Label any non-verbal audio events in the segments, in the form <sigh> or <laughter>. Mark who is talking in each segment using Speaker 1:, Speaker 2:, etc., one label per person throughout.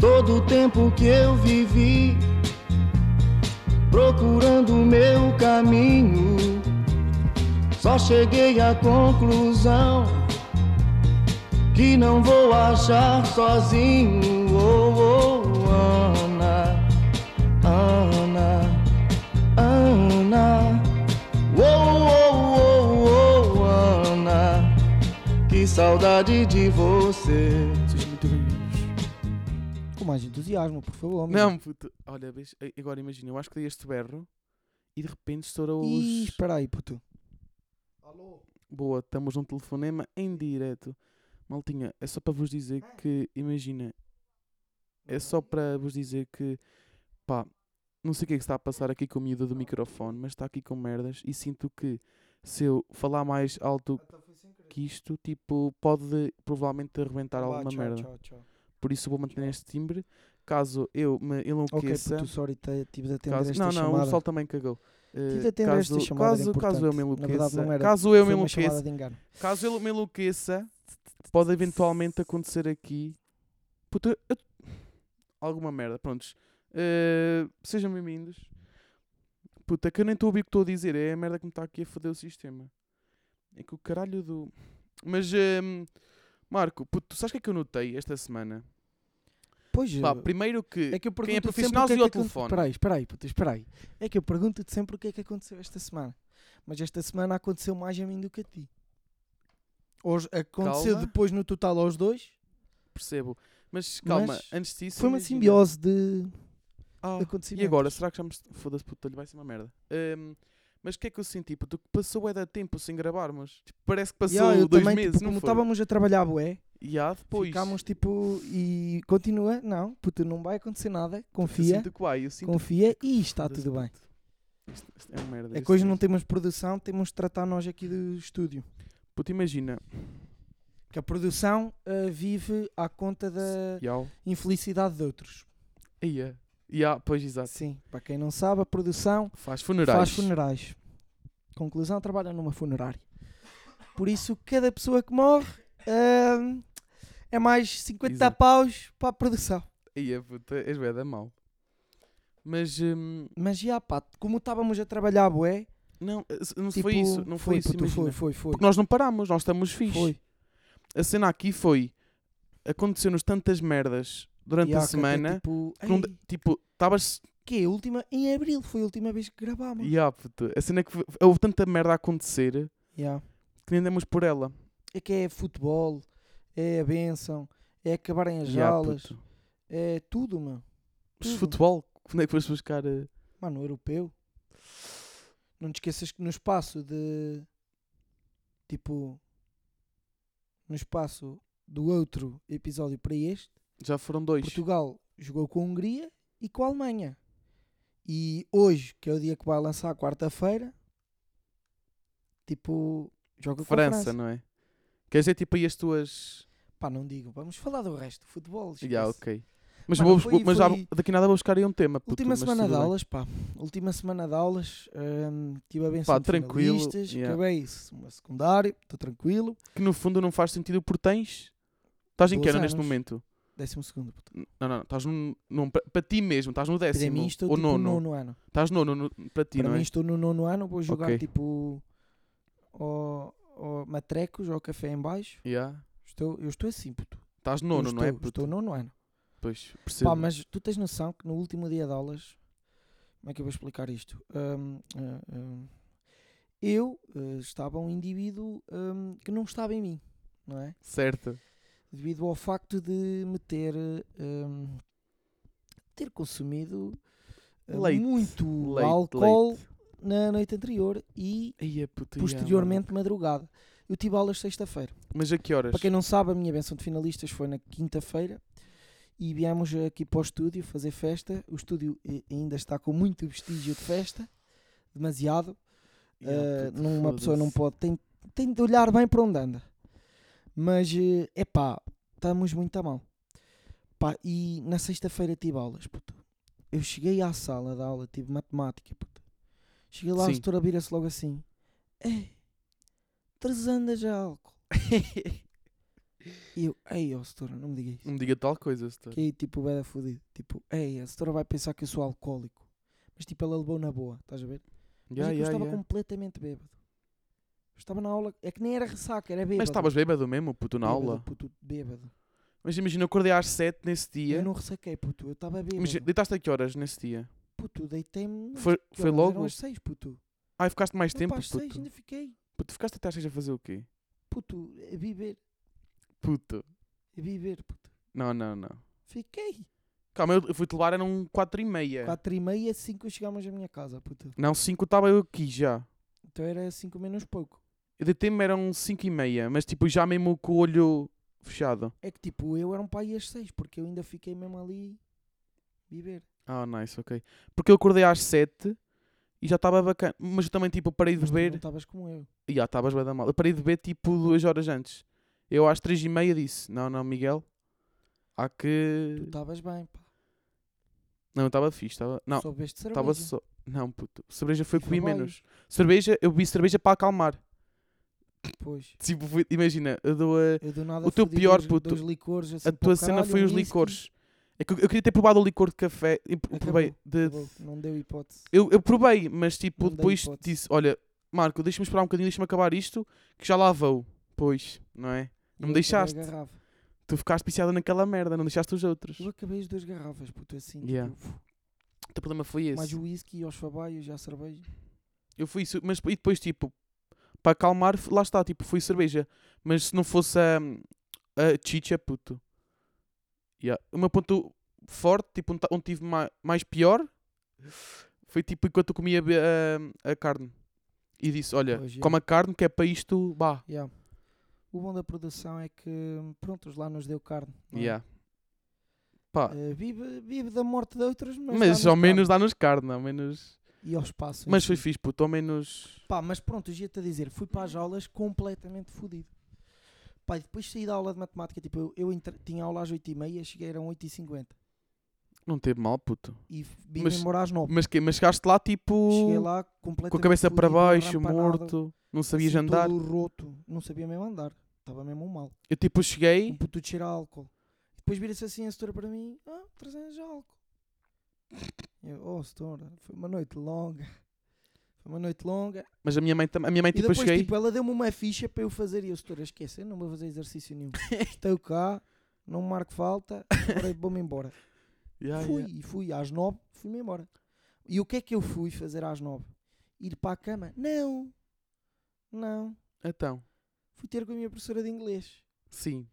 Speaker 1: todo o tempo que eu vivi procurando o meu caminho. Só cheguei à conclusão que não vou achar sozinho. Oh, oh, Ana, Ana, Ana. Oh, oh, oh, oh, Ana, que saudade de você.
Speaker 2: Sejam muito bem-vindos. Com mais entusiasmo, por favor. amigo.
Speaker 3: Não, puto. Olha, vês, a- agora imagina, eu acho que dei este berro e de repente estourou os.
Speaker 2: Ih, espera aí, puto.
Speaker 3: Boa, estamos num telefonema em direto. Maltinha, é só para vos dizer
Speaker 2: Ah.
Speaker 3: que, imagina, é
Speaker 2: Uhum.
Speaker 3: só para vos dizer que, pá, não sei o que é que está a passar aqui com o miúdo do microfone, mas está aqui com merdas e sinto que se eu falar mais
Speaker 2: Ah,
Speaker 3: alto
Speaker 2: tá,
Speaker 3: que isto, tipo, pode provavelmente arrebentar
Speaker 2: Vá,
Speaker 3: alguma
Speaker 2: tchau,
Speaker 3: merda.
Speaker 2: Tchau, tchau.
Speaker 3: Por isso vou manter este timbre. Caso eu me
Speaker 2: Ok,
Speaker 3: enlouqueça.
Speaker 2: puto, sorry, te- tive de atender
Speaker 3: é Caso,
Speaker 2: esta
Speaker 3: não, não,
Speaker 2: chamada.
Speaker 3: o sol também cagou. Eh,
Speaker 2: Tive de atender
Speaker 3: caso,
Speaker 2: esta chamada, era
Speaker 3: caso, caso eu me
Speaker 2: importante. Na verdade,
Speaker 3: enlouqueça,
Speaker 2: não era.
Speaker 3: caso eu me
Speaker 2: Foi uma chamada
Speaker 3: enlouqueça,
Speaker 2: de engano.
Speaker 3: caso eu me enlouqueça, pode eventualmente acontecer aqui Puta, eu- alguma merda. Prontos, Eh, sejam bem-vindos. Puta, que eu nem estou a ouvir o que estou a dizer, é a merda que me está aqui a foder o sistema. É que o caralho do. Mas, ehm, Marco, puto, tu sabes o que é que eu notei esta semana?
Speaker 2: Pois
Speaker 3: Pá, primeiro que.
Speaker 2: é que eu
Speaker 3: quem é
Speaker 2: pergunto-te
Speaker 3: profissional
Speaker 2: sempre
Speaker 3: e ao
Speaker 2: o que é que aconte-
Speaker 3: telefone.
Speaker 2: Espera aí, espera aí, puto, espera aí. É que eu pergunto-te sempre o que é que aconteceu esta semana. Mas esta semana aconteceu mais a mim do que a ti. Hoje, aconteceu
Speaker 3: Calma.
Speaker 2: depois no total aos dois.
Speaker 3: Percebo. Mas calma,
Speaker 2: Mas
Speaker 3: antes disso.
Speaker 2: Foi uma
Speaker 3: imagina-
Speaker 2: simbiose de
Speaker 3: Ah,
Speaker 2: acontecimentos.
Speaker 3: e agora, será que já me. est- Foda-se, puto, vai ser uma merda. Ahm, mas o que é que eu senti? Puto, que passou é da tempo sem gravarmos. Tipo, parece que passou
Speaker 2: Yeah, eu
Speaker 3: dois
Speaker 2: também,
Speaker 3: meses,
Speaker 2: tipo,
Speaker 3: não
Speaker 2: como
Speaker 3: foi?
Speaker 2: estávamos a trabalhar bué,
Speaker 3: E há depois.
Speaker 2: ficámos tipo e continua, não, puto, não vai acontecer nada, confia,
Speaker 3: Eu sinto que vai, eu sinto
Speaker 2: confia e está
Speaker 3: Foda-se,
Speaker 2: tudo bem.
Speaker 3: puto. Isto, isto é uma merda.
Speaker 2: É
Speaker 3: isto
Speaker 2: que hoje
Speaker 3: é-
Speaker 2: não temos produção, temos de tratar nós aqui do estúdio.
Speaker 3: Puto, imagina.
Speaker 2: Que a produção ah, vive à conta da
Speaker 3: Iau.
Speaker 2: infelicidade de outros.
Speaker 3: Ia. Ia, pois exato.
Speaker 2: Sim, para quem não sabe, a produção
Speaker 3: Faz funerais.
Speaker 2: faz funerais. Conclusão, trabalha numa funerária. Por isso, cada pessoa que morre ahm, é mais 50
Speaker 3: Exato.
Speaker 2: paus para a produção.
Speaker 3: Ia, puta, és bué da mal. Mas. hum,
Speaker 2: Mas já, pá, como estávamos a trabalhar, bué,
Speaker 3: não, eh, não
Speaker 2: tipo,
Speaker 3: foi isso. Não foi, isso.
Speaker 2: puto,
Speaker 3: imagina.
Speaker 2: foi, foi, foi.
Speaker 3: Porque nós não parámos, nós estamos fixe.
Speaker 2: Foi.
Speaker 3: a cena aqui foi aconteceu-nos tantas merdas durante
Speaker 2: E há
Speaker 3: a
Speaker 2: que até,
Speaker 3: semana
Speaker 2: Tipo,
Speaker 3: que não
Speaker 2: ei,
Speaker 3: de- tipo estavas
Speaker 2: que é a última, em abril foi a última vez que gravámos.
Speaker 3: yeah, puto, a cena é que foi- houve tanta merda a acontecer
Speaker 2: Yeah.
Speaker 3: que nem demos por ela
Speaker 2: É que é futebol, é a benção, é acabarem as
Speaker 3: Yeah,
Speaker 2: aulas,
Speaker 3: puto.
Speaker 2: é tudo, mano.
Speaker 3: Mas
Speaker 2: tudo.
Speaker 3: futebol quando é que foste buscar eh?
Speaker 2: Mano, europeu. Não te esqueças que no espaço de. Tipo. No espaço do outro episódio para este,
Speaker 3: já foram dois
Speaker 2: Portugal jogou com a Hungria e com a Alemanha. E hoje, que é o dia que vai lançar, quarta-feira, tipo. Joga com a
Speaker 3: França,
Speaker 2: França.
Speaker 3: não é quer dizer tipo aí as tuas
Speaker 2: Pá, não digo. Vamos falar do resto. Futebol.
Speaker 3: yeah,
Speaker 2: esquece.
Speaker 3: ok mas,
Speaker 2: Mano,
Speaker 3: vou,
Speaker 2: foi-
Speaker 3: mas já-
Speaker 2: foi-
Speaker 3: daqui a nada vou buscar aí um tema puto,
Speaker 2: Última
Speaker 3: mas
Speaker 2: semana de
Speaker 3: tudo bem.
Speaker 2: aulas, pá. Última semana de aulas. hum, tive a benção
Speaker 3: Pá,
Speaker 2: de
Speaker 3: tranquilo,
Speaker 2: finalistas.
Speaker 3: yeah.
Speaker 2: Acabei isso. Uma secundária. Estou tranquilo.
Speaker 3: que no fundo não faz sentido porque tens estás em que
Speaker 2: Dois
Speaker 3: ano neste
Speaker 2: anos.
Speaker 3: momento
Speaker 2: Décimo segundo. puto.
Speaker 3: não não estás num, num para ti mesmo estás no
Speaker 2: Para
Speaker 3: décimo
Speaker 2: mim estou
Speaker 3: ou
Speaker 2: tipo,
Speaker 3: nono
Speaker 2: no nono ano.
Speaker 3: Estás nono no, para ti,
Speaker 2: Para
Speaker 3: não
Speaker 2: mim
Speaker 3: é?
Speaker 2: estou no nono ano. Vou jogar
Speaker 3: Ok.
Speaker 2: tipo... Ou, ou matrecos ou café em baixo.
Speaker 3: Yeah.
Speaker 2: Estou, eu estou assim, puto.
Speaker 3: Estás
Speaker 2: Eu
Speaker 3: nono,
Speaker 2: estou,
Speaker 3: não é?
Speaker 2: Estou
Speaker 3: Puto?
Speaker 2: no nono ano.
Speaker 3: Pois, percebo.
Speaker 2: Pá, mas tu tens noção que no último dia de aulas, como é que eu vou explicar isto? Hum, hum, hum, eu eh, estava um indivíduo hum, que não estava em mim, não é?
Speaker 3: Certo.
Speaker 2: Devido ao facto de me ter, eh, hum, ter consumido eh,
Speaker 3: Leite,
Speaker 2: muito
Speaker 3: Leite,
Speaker 2: álcool
Speaker 3: leite.
Speaker 2: na noite anterior e
Speaker 3: Ai, é puta,
Speaker 2: posteriormente madrugada. Eu tive aulas sexta-feira.
Speaker 3: yeah, mano. mas a que horas?
Speaker 2: Para quem não sabe, a minha benção de finalistas foi na quinta-feira e viemos aqui para o estúdio fazer festa. O estúdio eh, ainda está com muito vestígio de festa, demasiado.
Speaker 3: Yeah,
Speaker 2: Eh,
Speaker 3: ah, puto,
Speaker 2: não- uma pessoa não
Speaker 3: foda-se.
Speaker 2: pode, tem, tem de olhar bem para onde anda. Mas é epá, estamos muito a mal. Pá, e na sexta-feira tive aulas, puto. Eu cheguei à sala da aula, tive matemática, puto. Cheguei lá, a
Speaker 3: Sim.
Speaker 2: setora
Speaker 3: <laughs>
Speaker 2: vira-se logo assim: Ei, 3 andas de álcool. E eu, ei, ó, setora, não me diga isso.
Speaker 3: Não me diga tal coisa, tá- setor.
Speaker 2: Que aí, tipo, o Beda fudido. Tipo, ei, a setora vai pensar que eu sou alcoólico. Mas, tipo, ela levou na boa, estás a ver? Mas
Speaker 3: Yeah,
Speaker 2: é que eu
Speaker 3: yeah,
Speaker 2: estava
Speaker 3: yeah.
Speaker 2: completamente bêbado. Eu estava na aula, é que nem era ressaca, era bêbado.
Speaker 3: Mas estavas bêbado mesmo, puto, na
Speaker 2: bêbado,
Speaker 3: aula.
Speaker 2: Puto, bêbado.
Speaker 3: Mas imagina, eu acordei às 7 nesse dia.
Speaker 2: Eu não ressaquei, puto, eu estava bêbado.
Speaker 3: Imagina, deitaste a que horas nesse dia?
Speaker 2: Puto, deitei-me.
Speaker 3: Foi,
Speaker 2: que
Speaker 3: foi
Speaker 2: horas? Eram
Speaker 3: logo?
Speaker 2: às seis, puto.
Speaker 3: Ai, ficaste mais
Speaker 2: Eu
Speaker 3: tempo,
Speaker 2: para às seis né?
Speaker 3: puto.
Speaker 2: ainda fiquei,
Speaker 3: Puto, ficaste até às 6 a fazer o quê?
Speaker 2: puto, a beber,
Speaker 3: Puto.
Speaker 2: a beber, puto.
Speaker 3: Não, não, não.
Speaker 2: Fiquei.
Speaker 3: Calma, eu fui-te levar, eram 4 e meia.
Speaker 2: Quatro e meia, cinco chegámos à minha casa, puto.
Speaker 3: Não, 5 estava eu aqui já.
Speaker 2: Então era cinco menos pouco.
Speaker 3: Eu deitei-me, eram 5 e meia, mas tipo, já mesmo com o olho fechado.
Speaker 2: É que tipo, eu era um pai às seis, porque eu ainda fiquei mesmo ali, beber.
Speaker 3: Ah, nice, ok. Porque eu acordei às 7 e já estava bacana. Mas eu também, tipo, parei de
Speaker 2: Mas tu não
Speaker 3: beber.
Speaker 2: estavas como eu.
Speaker 3: E já estavas bem da mal. Eu parei de beber tipo duas horas antes. Eu às três e meia disse: Não, não, Miguel. Há
Speaker 2: Tu tá-"
Speaker 3: que.
Speaker 2: estavas bem, pá.
Speaker 3: Não, eu estava fixe. Estava. Não,
Speaker 2: Só bebeste
Speaker 3: estava
Speaker 2: cerveja.
Speaker 3: só. Não, puto. Cerveja foi
Speaker 2: E
Speaker 3: que bebi
Speaker 2: foi bem.
Speaker 3: menos. Cerveja, eu bebi cerveja para acalmar.
Speaker 2: Pois.
Speaker 3: Tipo, fui- imagina, eu dou a.
Speaker 2: Eu do nada
Speaker 3: O teu
Speaker 2: fodi
Speaker 3: pior,
Speaker 2: dois-
Speaker 3: puto,
Speaker 2: dois licores, assim,
Speaker 3: A
Speaker 2: para
Speaker 3: tua
Speaker 2: o
Speaker 3: cena
Speaker 2: caralho,
Speaker 3: foi
Speaker 2: um
Speaker 3: os
Speaker 2: whisky.
Speaker 3: licores. É que eu, eu queria ter provado o licor de café. Eu
Speaker 2: Acabou,
Speaker 3: provei. De,
Speaker 2: Acabou, Não deu hipótese.
Speaker 3: eu, eu provei, mas tipo,
Speaker 2: Não dei
Speaker 3: depois
Speaker 2: hipótese.
Speaker 3: disse: Olha, Marco, deixa-me esperar um bocadinho, deixa-me acabar isto, que já lá vou. Pois, não é?
Speaker 2: Eu
Speaker 3: me
Speaker 2: acabei a
Speaker 3: deixaste.
Speaker 2: garrafa.
Speaker 3: Tu ficaste viciada naquela merda, não deixaste os outros.
Speaker 2: Eu acabei as duas garrafas, puto, assim.
Speaker 3: Yeah.
Speaker 2: Tipo, uf,
Speaker 3: O teu problema foi esse.
Speaker 2: mais o whisky, aos fabaios, já a cerveja.
Speaker 3: Eu fui isso, mas e depois, tipo, para acalmar, f- lá está, tipo, fui cerveja. Mas se não fosse a, a chicha, puto. Yeah. O meu ponto forte, tipo, onde, ta- onde tive mais, mais pior, foi tipo enquanto eu comia be- a, a carne. E disse: Olha,
Speaker 2: Pois, yeah.
Speaker 3: come a carne que é para isto, bah.
Speaker 2: Yeah. O bom da produção é que, prontos, lá nos deu carne. não é?
Speaker 3: Yeah. Pá,
Speaker 2: Eh, vive, vive da morte de outros, mas.
Speaker 3: mas
Speaker 2: dá-nos
Speaker 3: ao menos dá-nos carne, ao menos.
Speaker 2: carne. E ao espaço. em
Speaker 3: Mas
Speaker 2: si.
Speaker 3: foi fixe, puto, ao menos.
Speaker 2: Pá, mas pronto, eu ia-te a dizer, fui para as aulas completamente fodido. Pá, e depois saí da aula de matemática, tipo, eu, eu entre- tinha aula às 8h30, cheguei eram 8h50.
Speaker 3: Não teve mal, puto.
Speaker 2: E f- vim
Speaker 3: Mas-
Speaker 2: embora às 9
Speaker 3: Mas, que, mas chegaste lá, tipo.
Speaker 2: Oh. Cheguei lá completamente
Speaker 3: com a cabeça para
Speaker 2: fodido,
Speaker 3: baixo,
Speaker 2: rampanado,
Speaker 3: morto, não sabias
Speaker 2: assim,
Speaker 3: andar.
Speaker 2: todo roto, não sabia mesmo andar. Estava mesmo mal.
Speaker 3: Eu tipo
Speaker 2: Um
Speaker 3: cheguei,
Speaker 2: puto de cheiro a álcool. Depois vira-se assim a setora para mim, ah, 300 de álcool. Eu, oh, setora, foi uma noite longa. Foi uma noite longa.
Speaker 3: mas a minha mãe, tam- a minha mãe
Speaker 2: e
Speaker 3: tipo eu
Speaker 2: depois,
Speaker 3: cheguei.
Speaker 2: tipo, ela deu-me uma ficha para eu fazer e eu, setora, esquece, eu não vou fazer
Speaker 3: <laughs>
Speaker 2: exercício nenhum. Estou cá, não marco falta, agora vou-me embora.
Speaker 3: Yeah,
Speaker 2: fui,
Speaker 3: yeah.
Speaker 2: e fui às nove, fui-me embora. E o que é que eu fui fazer às nove? Ir para a cama? Não. Não.
Speaker 3: Então,
Speaker 2: Fui ter com a minha professora de inglês.
Speaker 3: sim.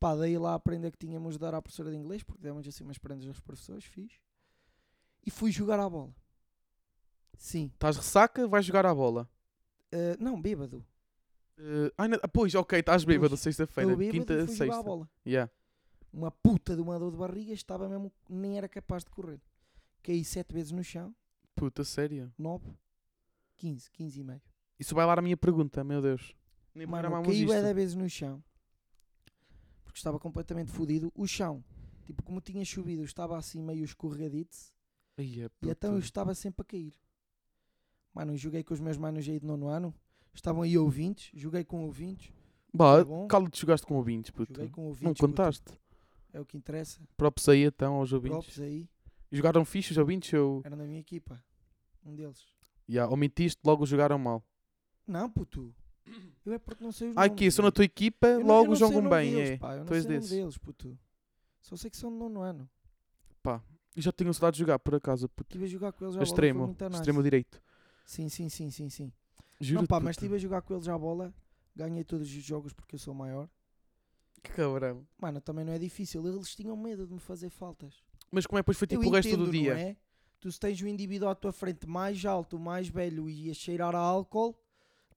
Speaker 2: Pá, daí lá aprender que tínhamos de dar à professora de inglês, porque demos assim umas prendas aos professores, fiz. E fui jogar à bola. Sim.
Speaker 3: Estás ressaca, vais jogar à bola.
Speaker 2: Ah, não, bêbado.
Speaker 3: Eh, ai, não- ah, pois, ok, estás bêbado
Speaker 2: Pois,
Speaker 3: sexta-feira,
Speaker 2: Eu bêbado
Speaker 3: quinta,
Speaker 2: e fui jogar à
Speaker 3: sexta.
Speaker 2: bola.
Speaker 3: Yeah.
Speaker 2: Uma puta de uma dor de barriga, estava mesmo, nem era capaz de correr. Caí sete vezes no chão,
Speaker 3: Puta, sério.
Speaker 2: nove, quinze, quinze e meio.
Speaker 3: Isso vai lá a minha pergunta, meu Deus. Nem
Speaker 2: Mano,
Speaker 3: programámos
Speaker 2: caí
Speaker 3: isto.
Speaker 2: bué da vezes no chão. Porque estava completamente fodido. O chão, tipo, como tinha chovido, estava assim meio escorregadito.
Speaker 3: Ai, é,
Speaker 2: E então eu
Speaker 3: puto.
Speaker 2: estava sempre a cair. Mano, eu joguei com os meus manos aí de nono ano. Estavam aí ouvintes. Joguei com ouvintes.
Speaker 3: Bah,
Speaker 2: foi bom.
Speaker 3: cala-te, jogaste com ouvintes, puto.
Speaker 2: Joguei com
Speaker 3: Ah, Não
Speaker 2: ouvintes. puto.
Speaker 3: contaste.
Speaker 2: É o que interessa.
Speaker 3: Props aí então aos ouvintes.
Speaker 2: Props aí.
Speaker 3: Jogaram fixe os ouvintes ou.
Speaker 2: Era na minha equipa. Um deles.
Speaker 3: Yeah, omitiste, logo jogaram mal.
Speaker 2: Não, puto. Eu é porque não sei os
Speaker 3: Ai,
Speaker 2: nomes,
Speaker 3: que sou na
Speaker 2: mano.
Speaker 3: tua equipa,
Speaker 2: Eu não- eu
Speaker 3: logo
Speaker 2: não sei o
Speaker 3: jogam
Speaker 2: nome
Speaker 3: bem,
Speaker 2: deles,
Speaker 3: é.
Speaker 2: pá, Eu não
Speaker 3: Tu és
Speaker 2: sei o nome
Speaker 3: desses.
Speaker 2: deles, puto. Só sei que são de nono ano.
Speaker 3: Eu já tenho saudade de jogar, por acaso, puto.
Speaker 2: Estive a jogar com eles à
Speaker 3: A extremo,
Speaker 2: bola. foi muito nice.
Speaker 3: extremo direito.
Speaker 2: Sim, sim, sim, sim, sim.
Speaker 3: Juro.
Speaker 2: não, pá, mas estive a jogar com eles à bola. Ganhei todos os jogos porque eu sou maior.
Speaker 3: Que cabrão.
Speaker 2: Mano, também não é difícil. Eles tinham medo de me fazer faltas.
Speaker 3: Mas como é que depois foi tipo
Speaker 2: eu
Speaker 3: o resto
Speaker 2: entendo,
Speaker 3: do dia?
Speaker 2: Não é? Tu se tens um indivíduo à tua frente mais alto, mais velho e a cheirar a álcool,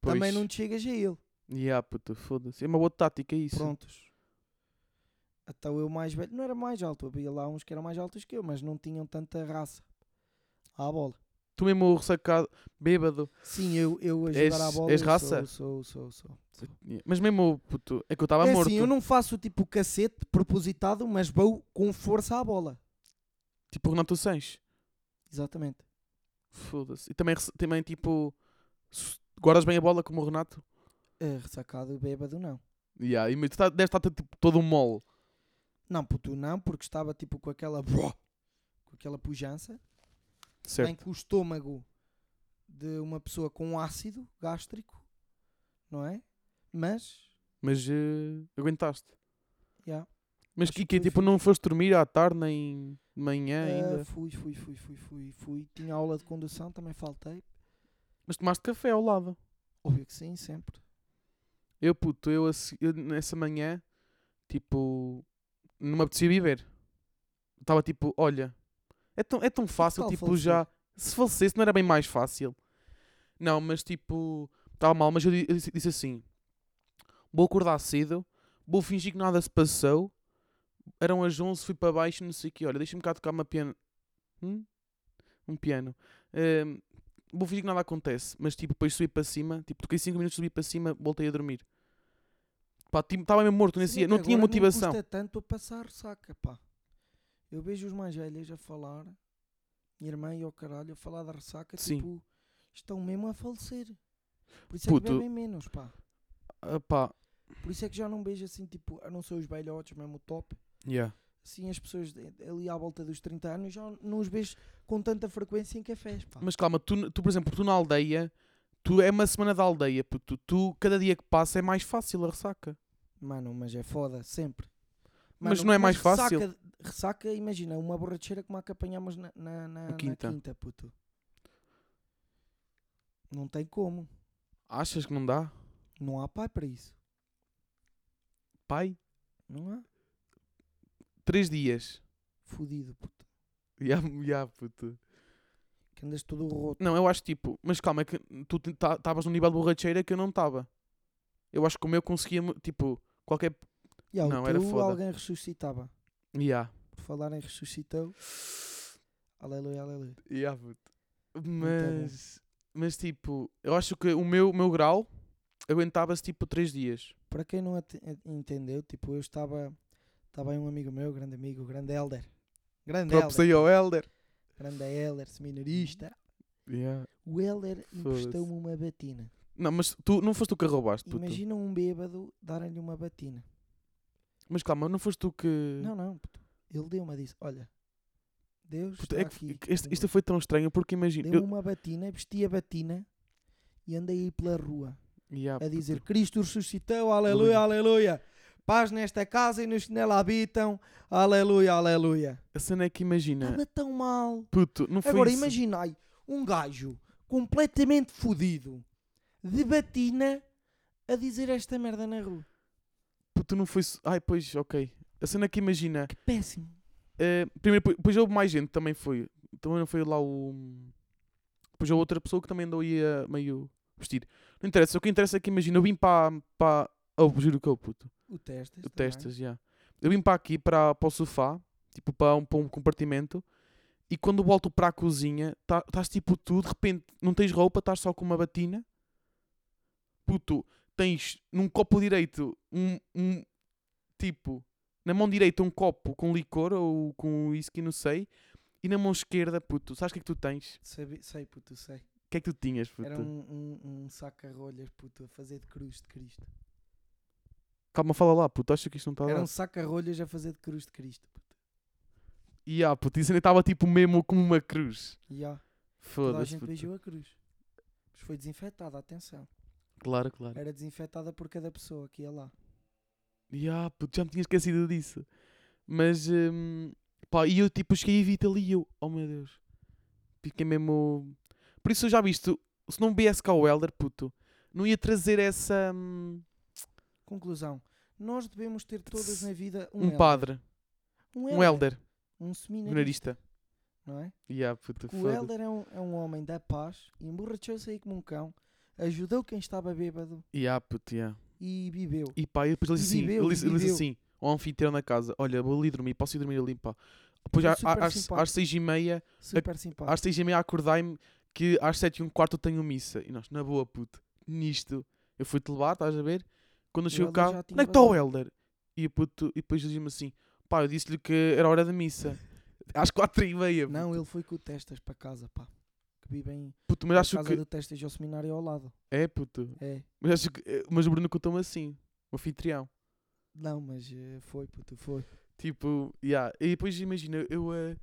Speaker 3: Pois.
Speaker 2: também não te chegas a ele.
Speaker 3: Yeah, puto, foda-se. É uma boa tática isso.
Speaker 2: Prontos. Então eu mais velho. Não era mais alto. Havia lá uns que eram mais altos que eu, mas não tinham tanta raça à bola.
Speaker 3: Tu mesmo ressacado, bêbado.
Speaker 2: Sim, eu, eu a jogar
Speaker 3: És-
Speaker 2: à bola.
Speaker 3: és
Speaker 2: eu
Speaker 3: raça?
Speaker 2: Sou, sou, sou, sou. sou.
Speaker 3: Yeah. Mas mesmo, puto, é que eu estava
Speaker 2: é
Speaker 3: morto.
Speaker 2: assim, eu não faço tipo cacete propositado, mas vou com força à bola.
Speaker 3: Tipo o Renato Sanches.
Speaker 2: Exatamente.
Speaker 3: Foda-se. E também, rece- também tipo, s- guardas bem a bola como o Renato.
Speaker 2: Eh, É ressacado e bêbado, não.
Speaker 3: Yeah, e mas tu tá- deves estar tipo, todo um mole.
Speaker 2: Não, puto, não, porque estava tipo com aquela. Com aquela pujança. Bem
Speaker 3: Certo.
Speaker 2: que o estômago de uma pessoa com um ácido gástrico, não é? Mas.
Speaker 3: Mas eh, aguentaste.
Speaker 2: Yeah.
Speaker 3: Mas
Speaker 2: Acho
Speaker 3: que,
Speaker 2: que
Speaker 3: que tipo,
Speaker 2: fui.
Speaker 3: não foste dormir à tarde nem de manhã
Speaker 2: Ah,
Speaker 3: É, ainda.
Speaker 2: fui, fui, fui, fui, fui, fui. Tinha aula de condução, também faltei.
Speaker 3: Mas tomaste café ao lado.
Speaker 2: Óbvio que sim, sempre.
Speaker 3: Eu, puto, eu, a se- eu nessa manhã, tipo, não me apetecia viver. Estava tipo, olha, é tão, é tão fácil,
Speaker 2: tal
Speaker 3: tipo,
Speaker 2: falecer?
Speaker 3: já. Se falecesse, não era bem mais fácil. Não, mas tipo, estava mal, mas eu, di- eu disse, disse assim: vou acordar cedo, vou fingir que nada se passou. Eram as 11, fui para baixo, não sei o quê. Olha, deixa-me cá tocar uma piano. Hum? Um piano. Ahm, vou fingir que nada acontece, mas tipo, depois subi para cima, tipo, toquei 5 minutos, subi para cima, voltei a dormir. Pá, tipo, estava mesmo morto, nesse
Speaker 2: Se bem
Speaker 3: dia,
Speaker 2: que
Speaker 3: não tinha
Speaker 2: agora
Speaker 3: motivação.
Speaker 2: Não custa tanto a passar saca, pá. Eu vejo os mais velhos a falar, minha irmã e o caralho a falar da ressaca,
Speaker 3: Sim.
Speaker 2: tipo, estão mesmo a falecer. Por isso é
Speaker 3: Puto.
Speaker 2: que bebem menos, pá.
Speaker 3: Ah, pá,
Speaker 2: Por isso é que já não beijo assim, tipo, a não ser os velhotes, mesmo o top.
Speaker 3: yeah.
Speaker 2: Assim, as pessoas de- ali à volta dos 30 anos já não os vejo com tanta frequência em cafés, pá.
Speaker 3: Mas calma, tu, tu, por exemplo, tu na aldeia, tu é uma semana da aldeia, puto. Tu, cada dia que passa, é mais fácil a ressaca.
Speaker 2: Mano, mas é foda, sempre.
Speaker 3: Mas não é mais fácil?
Speaker 2: Ressaca, ressaca, imagina, uma borracheira como a que apanhámos na, na, na- na quinta.
Speaker 3: quinta.
Speaker 2: puto. Não tem como.
Speaker 3: Achas que não dá?
Speaker 2: Não há pai para isso.
Speaker 3: Pai?
Speaker 2: Não há?
Speaker 3: Três dias. <laughs>
Speaker 2: Fudido, puto.
Speaker 3: Ya, ya, puto.
Speaker 2: Que andas todo roto.
Speaker 3: Não, eu acho tipo, mas calma, é que tu estavas num nível de borracheira que eu não estava. Eu acho que o meu conseguia, mu- tipo, qualquer.
Speaker 2: Ya, o
Speaker 3: Não, era
Speaker 2: teu,
Speaker 3: foda.
Speaker 2: alguém ressuscitava.
Speaker 3: Ya.
Speaker 2: Por falarem ressuscitou. Aleluia, aleluia. Então,
Speaker 3: Ya, puto.
Speaker 2: tá bom.
Speaker 3: Mas. Mas tipo, eu acho que o meu, o meu grau aguentava-se tipo três dias.
Speaker 2: Para quem não ate- en- entendeu, tipo, eu estava... Estava aí um amigo meu, grande amigo, grande Elder. Grande Elder.
Speaker 3: ao Helder.
Speaker 2: Grande Elder, seminarista. O Heller
Speaker 3: Foda-se.
Speaker 2: emprestou-me uma batina.
Speaker 3: Não, mas tu não foste tu que a roubaste, puto.
Speaker 2: Imagina um bêbado darem-lhe uma batina.
Speaker 3: Mas calma, não foste tu que.
Speaker 2: Não, não. puto. Ele deu-me, disse: Olha, Deus.
Speaker 3: Puto,
Speaker 2: está
Speaker 3: é que
Speaker 2: aqui.
Speaker 3: que este- isto foi tão estranho porque imagina.
Speaker 2: Deu-me uma batina, vesti a batina e andei aí pela rua
Speaker 3: eu- Ya,
Speaker 2: a
Speaker 3: puto.
Speaker 2: dizer: Cristo ressuscitou, aleluia, aleluia. Paz nesta casa e nos que nela habitam, aleluia, aleluia.
Speaker 3: A cena é que imagina.
Speaker 2: Estava tão mal.
Speaker 3: Puto, não foi
Speaker 2: Agora
Speaker 3: isso.
Speaker 2: imaginai um gajo completamente fodido de batina a dizer esta merda na rua.
Speaker 3: Puto, não foi isso. Ai, pois, ok. A cena é que imagina.
Speaker 2: Que péssimo.
Speaker 3: eh, primeiro, depois- depois houve mais gente, também foi. Também não foi lá o. Depois houve outra pessoa que também andou aí a meio vestir. Não interessa, o que interessa é que imagina. Eu vim para. para... Oh, juro que eu, puto.
Speaker 2: O testas.
Speaker 3: O
Speaker 2: também.
Speaker 3: testas, já. Eu vim para aqui, para, para o sofá, tipo para um, para um compartimento, e quando volto para a cozinha, tá- estás tipo tu, de repente, não tens roupa, estás só com uma batina. Puto, tens num copo direito um, um tipo, na mão direita um copo com licor ou com whisky, não sei, e na mão esquerda, puto, sabes o que é que tu tens?
Speaker 2: Sei, sei, puto, sei.
Speaker 3: O que é que tu tinhas, puto?
Speaker 2: Era um, um, um saca-rolhas, puto, a fazer de cruz de Cristo.
Speaker 3: Calma, fala lá, puto, acho que isto não está a
Speaker 2: Era
Speaker 3: dar.
Speaker 2: um saca-rolhas a fazer de cruz de Cristo, puto.
Speaker 3: E ah, puto, isso ainda estava tipo mesmo como uma cruz.
Speaker 2: E ó, toda a
Speaker 3: Foda-se,
Speaker 2: gente
Speaker 3: puto.
Speaker 2: beijou a cruz. Mas foi desinfetada, atenção.
Speaker 3: Claro, claro.
Speaker 2: Era desinfetada por cada pessoa que ia lá.
Speaker 3: Ya, puto, já me tinha esquecido disso. Mas, hum, pá, e eu tipo cheguei e vi-te ali e eu, oh meu Deus. Fiquei mesmo. Por isso eu já visto, se não viesse cá o Helder, puto, não ia trazer essa. hum,
Speaker 2: Conclusão. Nós devemos ter todos na vida um,
Speaker 3: um
Speaker 2: elder.
Speaker 3: padre,
Speaker 2: Um
Speaker 3: um
Speaker 2: elder.
Speaker 3: Helder,
Speaker 2: Um seminarista.
Speaker 3: jornalista.
Speaker 2: Não é?
Speaker 3: Ya, puto,
Speaker 2: Que o
Speaker 3: foda-se.
Speaker 2: elder é um, é um homem da paz, emborrachou-se aí como um cão, ajudou quem estava bêbado
Speaker 3: Ya, puto, ya.
Speaker 2: e bebeu.
Speaker 3: E pá, e depois ele disse
Speaker 2: E
Speaker 3: assim,
Speaker 2: viveu,
Speaker 3: ele disse, ele
Speaker 2: e
Speaker 3: disse
Speaker 2: viveu.
Speaker 3: assim, ao anfitrião da casa, olha, vou ali dormir, posso ir dormir ali, pá. Depois
Speaker 2: Foi
Speaker 3: a- a-
Speaker 2: super
Speaker 3: às,
Speaker 2: simpático.
Speaker 3: às seis e meia
Speaker 2: Super simpático.
Speaker 3: às seis e meia acordei-me que às sete e um quarto eu tenho missa. E nós, na boa, puto, nisto. Eu fui-te levar, estás a ver? Quando eu
Speaker 2: E o
Speaker 3: chego
Speaker 2: Helder
Speaker 3: cá,
Speaker 2: já tinha
Speaker 3: onde é que está o
Speaker 2: vazado."
Speaker 3: Helder? E, o puto, e depois ele diz-me assim, pá, eu disse-lhe que era hora da
Speaker 2: <laughs>
Speaker 3: missa. Às quatro e meia. puto.
Speaker 2: Não, ele foi com o Testas para casa, pá. Que vivem
Speaker 3: Puto, mas
Speaker 2: na
Speaker 3: acho
Speaker 2: casa
Speaker 3: que...
Speaker 2: do Testas ao seminário ao lado.
Speaker 3: É, puto.
Speaker 2: É.
Speaker 3: Mas, acho que... Mas o Bruno contou-me assim. O anfitrião.
Speaker 2: Não, mas eh, foi, puto, foi.
Speaker 3: Tipo, yeah. E depois imagina, eu, eh,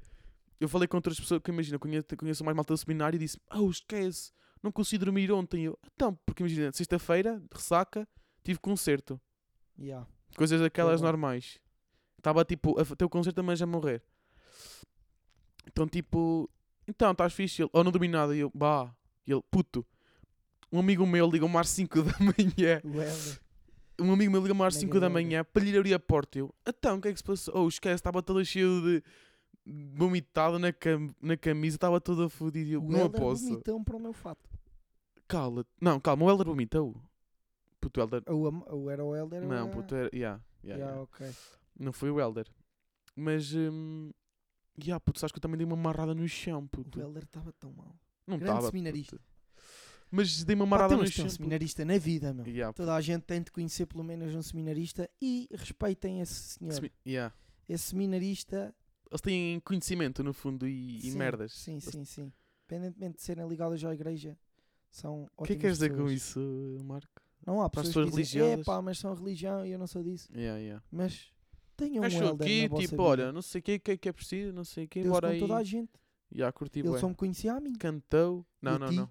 Speaker 3: eu falei com outras pessoas que imagina, conheço, conheço mais malta do seminário e disse: Oh, esquece, não consegui dormir ontem. Eu, então, porque imagina, sexta-feira, ressaca, tive concerto.
Speaker 2: Yeah.
Speaker 3: Coisas daquelas
Speaker 2: bom.
Speaker 3: normais. Estava tipo, a f- ter o concerto, mas a morrer. Então, tipo, então, estás fixe? Ele, oh, não dormi nada. E eu, bah. E ele, puto. Um amigo meu ligou-me às 5 <laughs> da manhã.
Speaker 2: O Helder.
Speaker 3: Um amigo meu liga-me às
Speaker 2: Na
Speaker 3: 5 da
Speaker 2: garagem.
Speaker 3: manhã para lhe abrir a porta. Eu, então, o que é que se passou? Oh, esquece, estava todo cheio de vomitado na, cam na camisa, estava toda fodida. e Eu,
Speaker 2: O
Speaker 3: não a
Speaker 2: Helder
Speaker 3: posso.
Speaker 2: vomitou-me para o meu fato.
Speaker 3: Cala. Não, calma, o Helder vomitou. Puto, o Helder.
Speaker 2: Ou, am- ou era o Helder ou
Speaker 3: Não,
Speaker 2: era...
Speaker 3: puto, era. Yeah, yeah,
Speaker 2: Yeah,
Speaker 3: yeah.
Speaker 2: ok.
Speaker 3: Não foi o Helder. Mas. Hum... Yeah, puto, sabes que eu também dei uma marrada no chão,
Speaker 2: O
Speaker 3: puto.
Speaker 2: Helder estava tão mal.
Speaker 3: Não
Speaker 2: grande
Speaker 3: estava.
Speaker 2: seminarista.
Speaker 3: puto. Mas dei uma
Speaker 2: Pá,
Speaker 3: marrada no
Speaker 2: temos de ter
Speaker 3: chão.
Speaker 2: um
Speaker 3: puto.
Speaker 2: seminarista na vida, meu.
Speaker 3: Yeah,
Speaker 2: Toda a gente tem de conhecer pelo menos um seminarista e respeitem esse senhor.
Speaker 3: semi- yeah.
Speaker 2: Esse seminarista.
Speaker 3: Eles têm conhecimento, no fundo, e, e
Speaker 2: sim,
Speaker 3: merdas.
Speaker 2: Sim,
Speaker 3: Eles
Speaker 2: sim, sim. Independentemente de serem ligados à igreja, são
Speaker 3: O que é que queres dizer com isso, Marco?
Speaker 2: Não há
Speaker 3: Para as
Speaker 2: pessoas, que
Speaker 3: pessoas
Speaker 2: dizem,
Speaker 3: religiosas?
Speaker 2: é pá, mas são religião e eu não sou disso.
Speaker 3: Yeah, yeah.
Speaker 2: Mas tenham um
Speaker 3: Achou
Speaker 2: elder
Speaker 3: aqui,
Speaker 2: na vossa
Speaker 3: tipo,
Speaker 2: vida.
Speaker 3: olha, não sei o que, que é que é preciso, não sei o que,
Speaker 2: Deus
Speaker 3: bora
Speaker 2: com
Speaker 3: aí.
Speaker 2: toda a gente.
Speaker 3: Já curti,
Speaker 2: Ele
Speaker 3: bué.
Speaker 2: só me conhecia a mim.
Speaker 3: Cantou.
Speaker 2: E
Speaker 3: Não,
Speaker 2: a
Speaker 3: não,
Speaker 2: ti?
Speaker 3: não.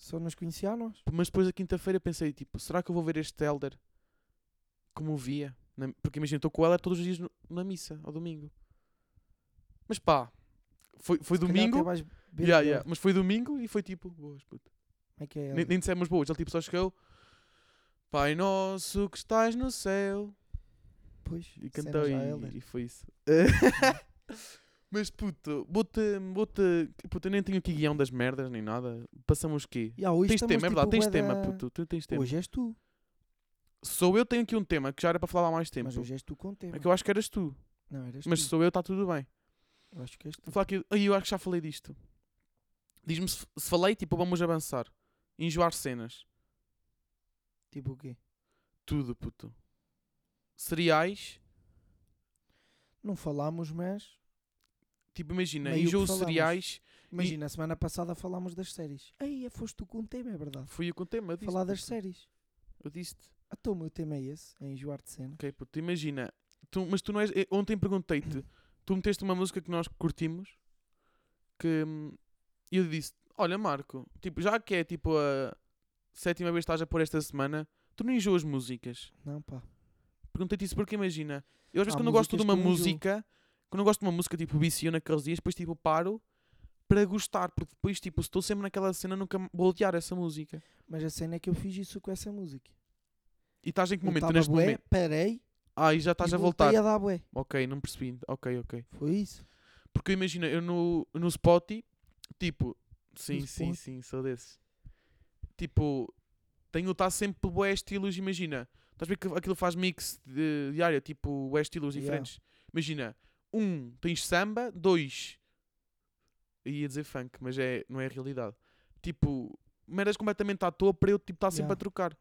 Speaker 2: Só nos conhecia a nós.
Speaker 3: Mas depois da quinta-feira pensei, tipo, será que eu vou ver este Elder como o via? Na- Porque imagina, estou com o Elder todos os dias no- na missa, ao domingo. Mas pá, foi, foi
Speaker 2: Se calhar até
Speaker 3: domingo.
Speaker 2: vais ver
Speaker 3: Yeah,
Speaker 2: o
Speaker 3: yeah,
Speaker 2: Elder.
Speaker 3: mas foi domingo e foi tipo, boas, puto.
Speaker 2: Como é que é
Speaker 3: Nem,
Speaker 2: Elder?
Speaker 3: nem dissemos boas, ele tipo só chegou. Pai nosso que estás no céu.
Speaker 2: Pois,
Speaker 3: E
Speaker 2: cenas
Speaker 3: cantou
Speaker 2: à
Speaker 3: e,
Speaker 2: Elder.
Speaker 3: e foi isso.
Speaker 2: Uhum.
Speaker 3: <laughs> Mas puto, vou-te. Vou-te. Puto, eu nem tenho aqui guião das merdas nem nada. Passamos o quê?
Speaker 2: Ya, hoje
Speaker 3: tens tema,
Speaker 2: estamos,
Speaker 3: é verdade,
Speaker 2: tipo,
Speaker 3: tens
Speaker 2: bué
Speaker 3: tema,
Speaker 2: da-
Speaker 3: puto. Tu tens tema.
Speaker 2: Hoje és tu.
Speaker 3: Sou eu, tenho aqui um tema que já era para falar há mais tempo.
Speaker 2: Mas hoje és tu com tema.
Speaker 3: É que eu acho que eras tu.
Speaker 2: Não, eras
Speaker 3: Mas
Speaker 2: tu.
Speaker 3: sou eu, está tudo bem.
Speaker 2: Eu acho que és tu.
Speaker 3: Vou falar aqui. Ai, eu acho que já falei disto. Diz-me se, se falei, tipo, vamos avançar. Enjoar cenas.
Speaker 2: Tipo o quê?
Speaker 3: Tudo, puto. Cereais.
Speaker 2: Não falámos, mas...
Speaker 3: Tipo, imagina,
Speaker 2: Meio que
Speaker 3: enjoo
Speaker 2: falámos.
Speaker 3: cereais.
Speaker 2: Imagina, a semana passada falámos das séries. Aí, é, foste tu com um tema, é verdade.
Speaker 3: Fui eu com o tema. Eu disse,
Speaker 2: Falar das
Speaker 3: puto.
Speaker 2: séries.
Speaker 3: Eu disse-te.
Speaker 2: Ah, Então, o meu tema é esse, é enjoar de cena.
Speaker 3: Ok, puto, imagina. Tu, mas tu não és. eh, Ontem perguntei-te, tu meteste uma música que nós curtimos que hum, eu disse: Olha, Marco, tipo, já que é tipo a sétima vez que estás a pôr esta semana, tu não enjoas músicas.
Speaker 2: Não, pá.
Speaker 3: Perguntei-te isso porque imagina. Eu às vezes
Speaker 2: Há
Speaker 3: quando eu gosto de
Speaker 2: músicas
Speaker 3: uma
Speaker 2: que eu enjoo.
Speaker 3: música, quando eu gosto de uma música, tipo, vicio naqueles dias, depois tipo paro para gostar, porque depois tipo, se estou sempre naquela cena, nunca vou odiar essa música.
Speaker 2: Mas a cena é que eu fiz isso com essa música.
Speaker 3: E estás em que
Speaker 2: Eu
Speaker 3: momento?
Speaker 2: tava
Speaker 3: Neste
Speaker 2: bué,
Speaker 3: momento.
Speaker 2: parei
Speaker 3: Ah, e já estás
Speaker 2: e
Speaker 3: a
Speaker 2: voltei
Speaker 3: voltar.
Speaker 2: a dar bué.
Speaker 3: Ok, não percebi. Ok, ok.
Speaker 2: Foi isso.
Speaker 3: Porque imagina, eu no, no Spotify, tipo, sim,
Speaker 2: No
Speaker 3: sim,
Speaker 2: Spotify.
Speaker 3: sim, sou desses. Tipo, tenho estar sempre bué estilos, imagina. Estás a ver que aquilo faz mix de, diária, tipo, bué estilos
Speaker 2: Yeah.
Speaker 3: diferentes. Imagina, um, tens samba, dois, eu ia dizer funk, mas é, não é a realidade. Tipo, merdas completamente à toa para eu tipo, estar sempre
Speaker 2: Yeah.
Speaker 3: a trocar.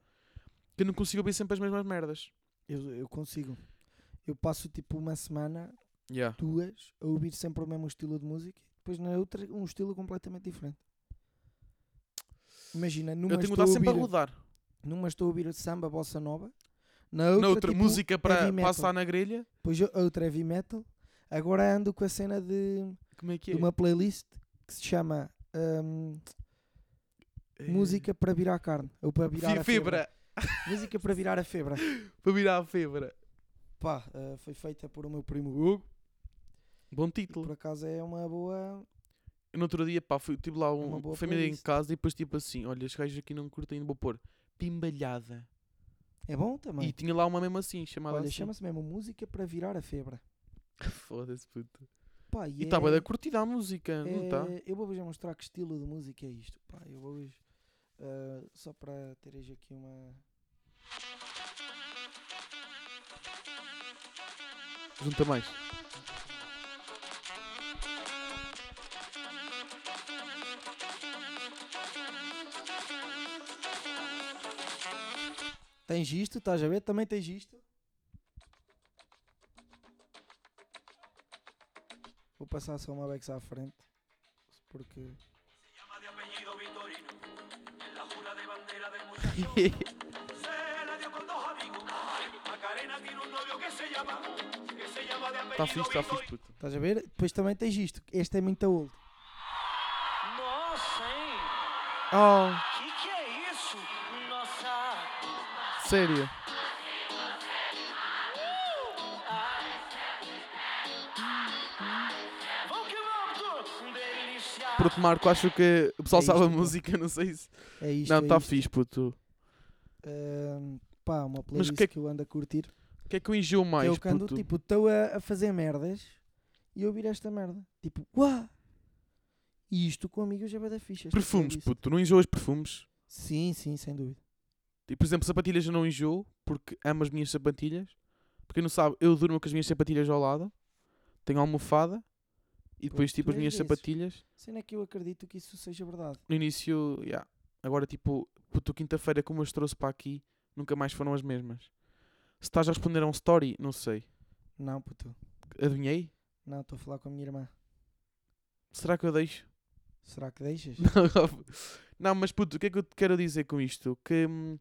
Speaker 3: Que eu não consigo ouvir sempre as mesmas merdas.
Speaker 2: Eu, eu consigo. Eu passo tipo uma semana,
Speaker 3: Yeah.
Speaker 2: duas, a ouvir sempre o mesmo estilo de música. Depois na outra, um estilo completamente diferente. Imagina, numa,
Speaker 3: Eu tenho que
Speaker 2: estou, a
Speaker 3: estar sempre a
Speaker 2: ouvir,
Speaker 3: rodar.
Speaker 2: numa estou a ouvir samba, bossa nova. Na outra,
Speaker 3: Na outra,
Speaker 2: tipo,
Speaker 3: música para
Speaker 2: heavy metal.
Speaker 3: passar na grelha.
Speaker 2: Depois eu- a outra heavy metal. Agora ando com a cena de,
Speaker 3: Como é que
Speaker 2: de
Speaker 3: é?
Speaker 2: uma playlist que se chama hum, Música para virar a carne. Ou para virar
Speaker 3: Fi-
Speaker 2: a febra.
Speaker 3: É. fibra.
Speaker 2: Música para virar a febra.
Speaker 3: Para virar a fibra.
Speaker 2: Pá, eh, foi feita por o meu primo Hugo.
Speaker 3: Bom
Speaker 2: E
Speaker 3: título.
Speaker 2: por acaso é uma boa.
Speaker 3: No outro dia, pá, fui, tive lá
Speaker 2: É uma
Speaker 3: um,
Speaker 2: boa
Speaker 3: família em
Speaker 2: playlist.
Speaker 3: casa e depois tipo assim, olha, estes gajos aqui não curtem, vou pôr pimbalhada.
Speaker 2: É bom
Speaker 3: E
Speaker 2: também.
Speaker 3: tinha lá uma mesmo assim, chamada
Speaker 2: Olha,
Speaker 3: assim.
Speaker 2: chama-se mesmo Música para virar a febra.
Speaker 3: Foda-se, puto.
Speaker 2: Pá,
Speaker 3: E
Speaker 2: é-
Speaker 3: estava da curtida a música, não tá? está?
Speaker 2: é- Eu vou-vos mostrar que estilo de música é isto. Pá, eu vou-vos. eh, só para teres aqui uma.
Speaker 3: Junta mais.
Speaker 2: Tens isto, estás a ver? Também tens isto. Vou passar só uma Bex à frente. Porque.
Speaker 4: Llama de apellido Vitorino, en la jura de bandera del muchacho se le dio
Speaker 3: Está Tá fixe, está fixe, puto.
Speaker 2: Estás a ver? Depois também tens isto. Este é muito old.
Speaker 4: Nossa, hein?
Speaker 2: Oh,
Speaker 3: Ah,
Speaker 4: Que que é isso? Nossa,
Speaker 3: Sério.
Speaker 4: vamos que vamos! tu. Delícia!
Speaker 3: Porque Marco, acho que o pessoal
Speaker 2: É
Speaker 3: sabe a
Speaker 2: isto, pá.
Speaker 3: música, não sei se.
Speaker 2: é isto.
Speaker 3: não, tá
Speaker 2: é
Speaker 3: está
Speaker 2: isto.
Speaker 3: fixe, puto.
Speaker 2: Ahm, pá, uma
Speaker 3: Mas
Speaker 2: playlist
Speaker 3: que é
Speaker 2: que... eu ando a curtir.
Speaker 3: O que é que eu enjoo
Speaker 2: que
Speaker 3: mais,
Speaker 2: eu cando,
Speaker 3: puto?
Speaker 2: tipo, estou a, a fazer merdas e eu ouvir esta merda. Tipo, uá! E isto com amigos é bué da ficha.
Speaker 3: Perfumes, puto. Tu não enjoas perfumes?
Speaker 2: Sim, sim, sem dúvida.
Speaker 3: E, por exemplo, sapatilhas eu não enjoo, porque amo as minhas sapatilhas. Para quem não sabe, eu durmo com as minhas sapatilhas ao lado. Tenho a almofada. E depois,
Speaker 2: Pois, tu
Speaker 3: tipo, as
Speaker 2: és
Speaker 3: minhas
Speaker 2: desses.
Speaker 3: sapatilhas.
Speaker 2: Sendo é que eu acredito que isso seja verdade.
Speaker 3: No início, yeah. Agora, tipo, puto, quinta-feira, como eu as trouxe para aqui, nunca mais foram as mesmas. Se estás a responder a um story, não sei.
Speaker 2: Não, puto.
Speaker 3: Adivinhei?
Speaker 2: Não, estou a falar com a minha irmã.
Speaker 3: Será que eu deixo? <laughs>
Speaker 2: Será que deixas?
Speaker 3: Não, não, mas puto, o que é que eu te quero dizer com isto? Que hum,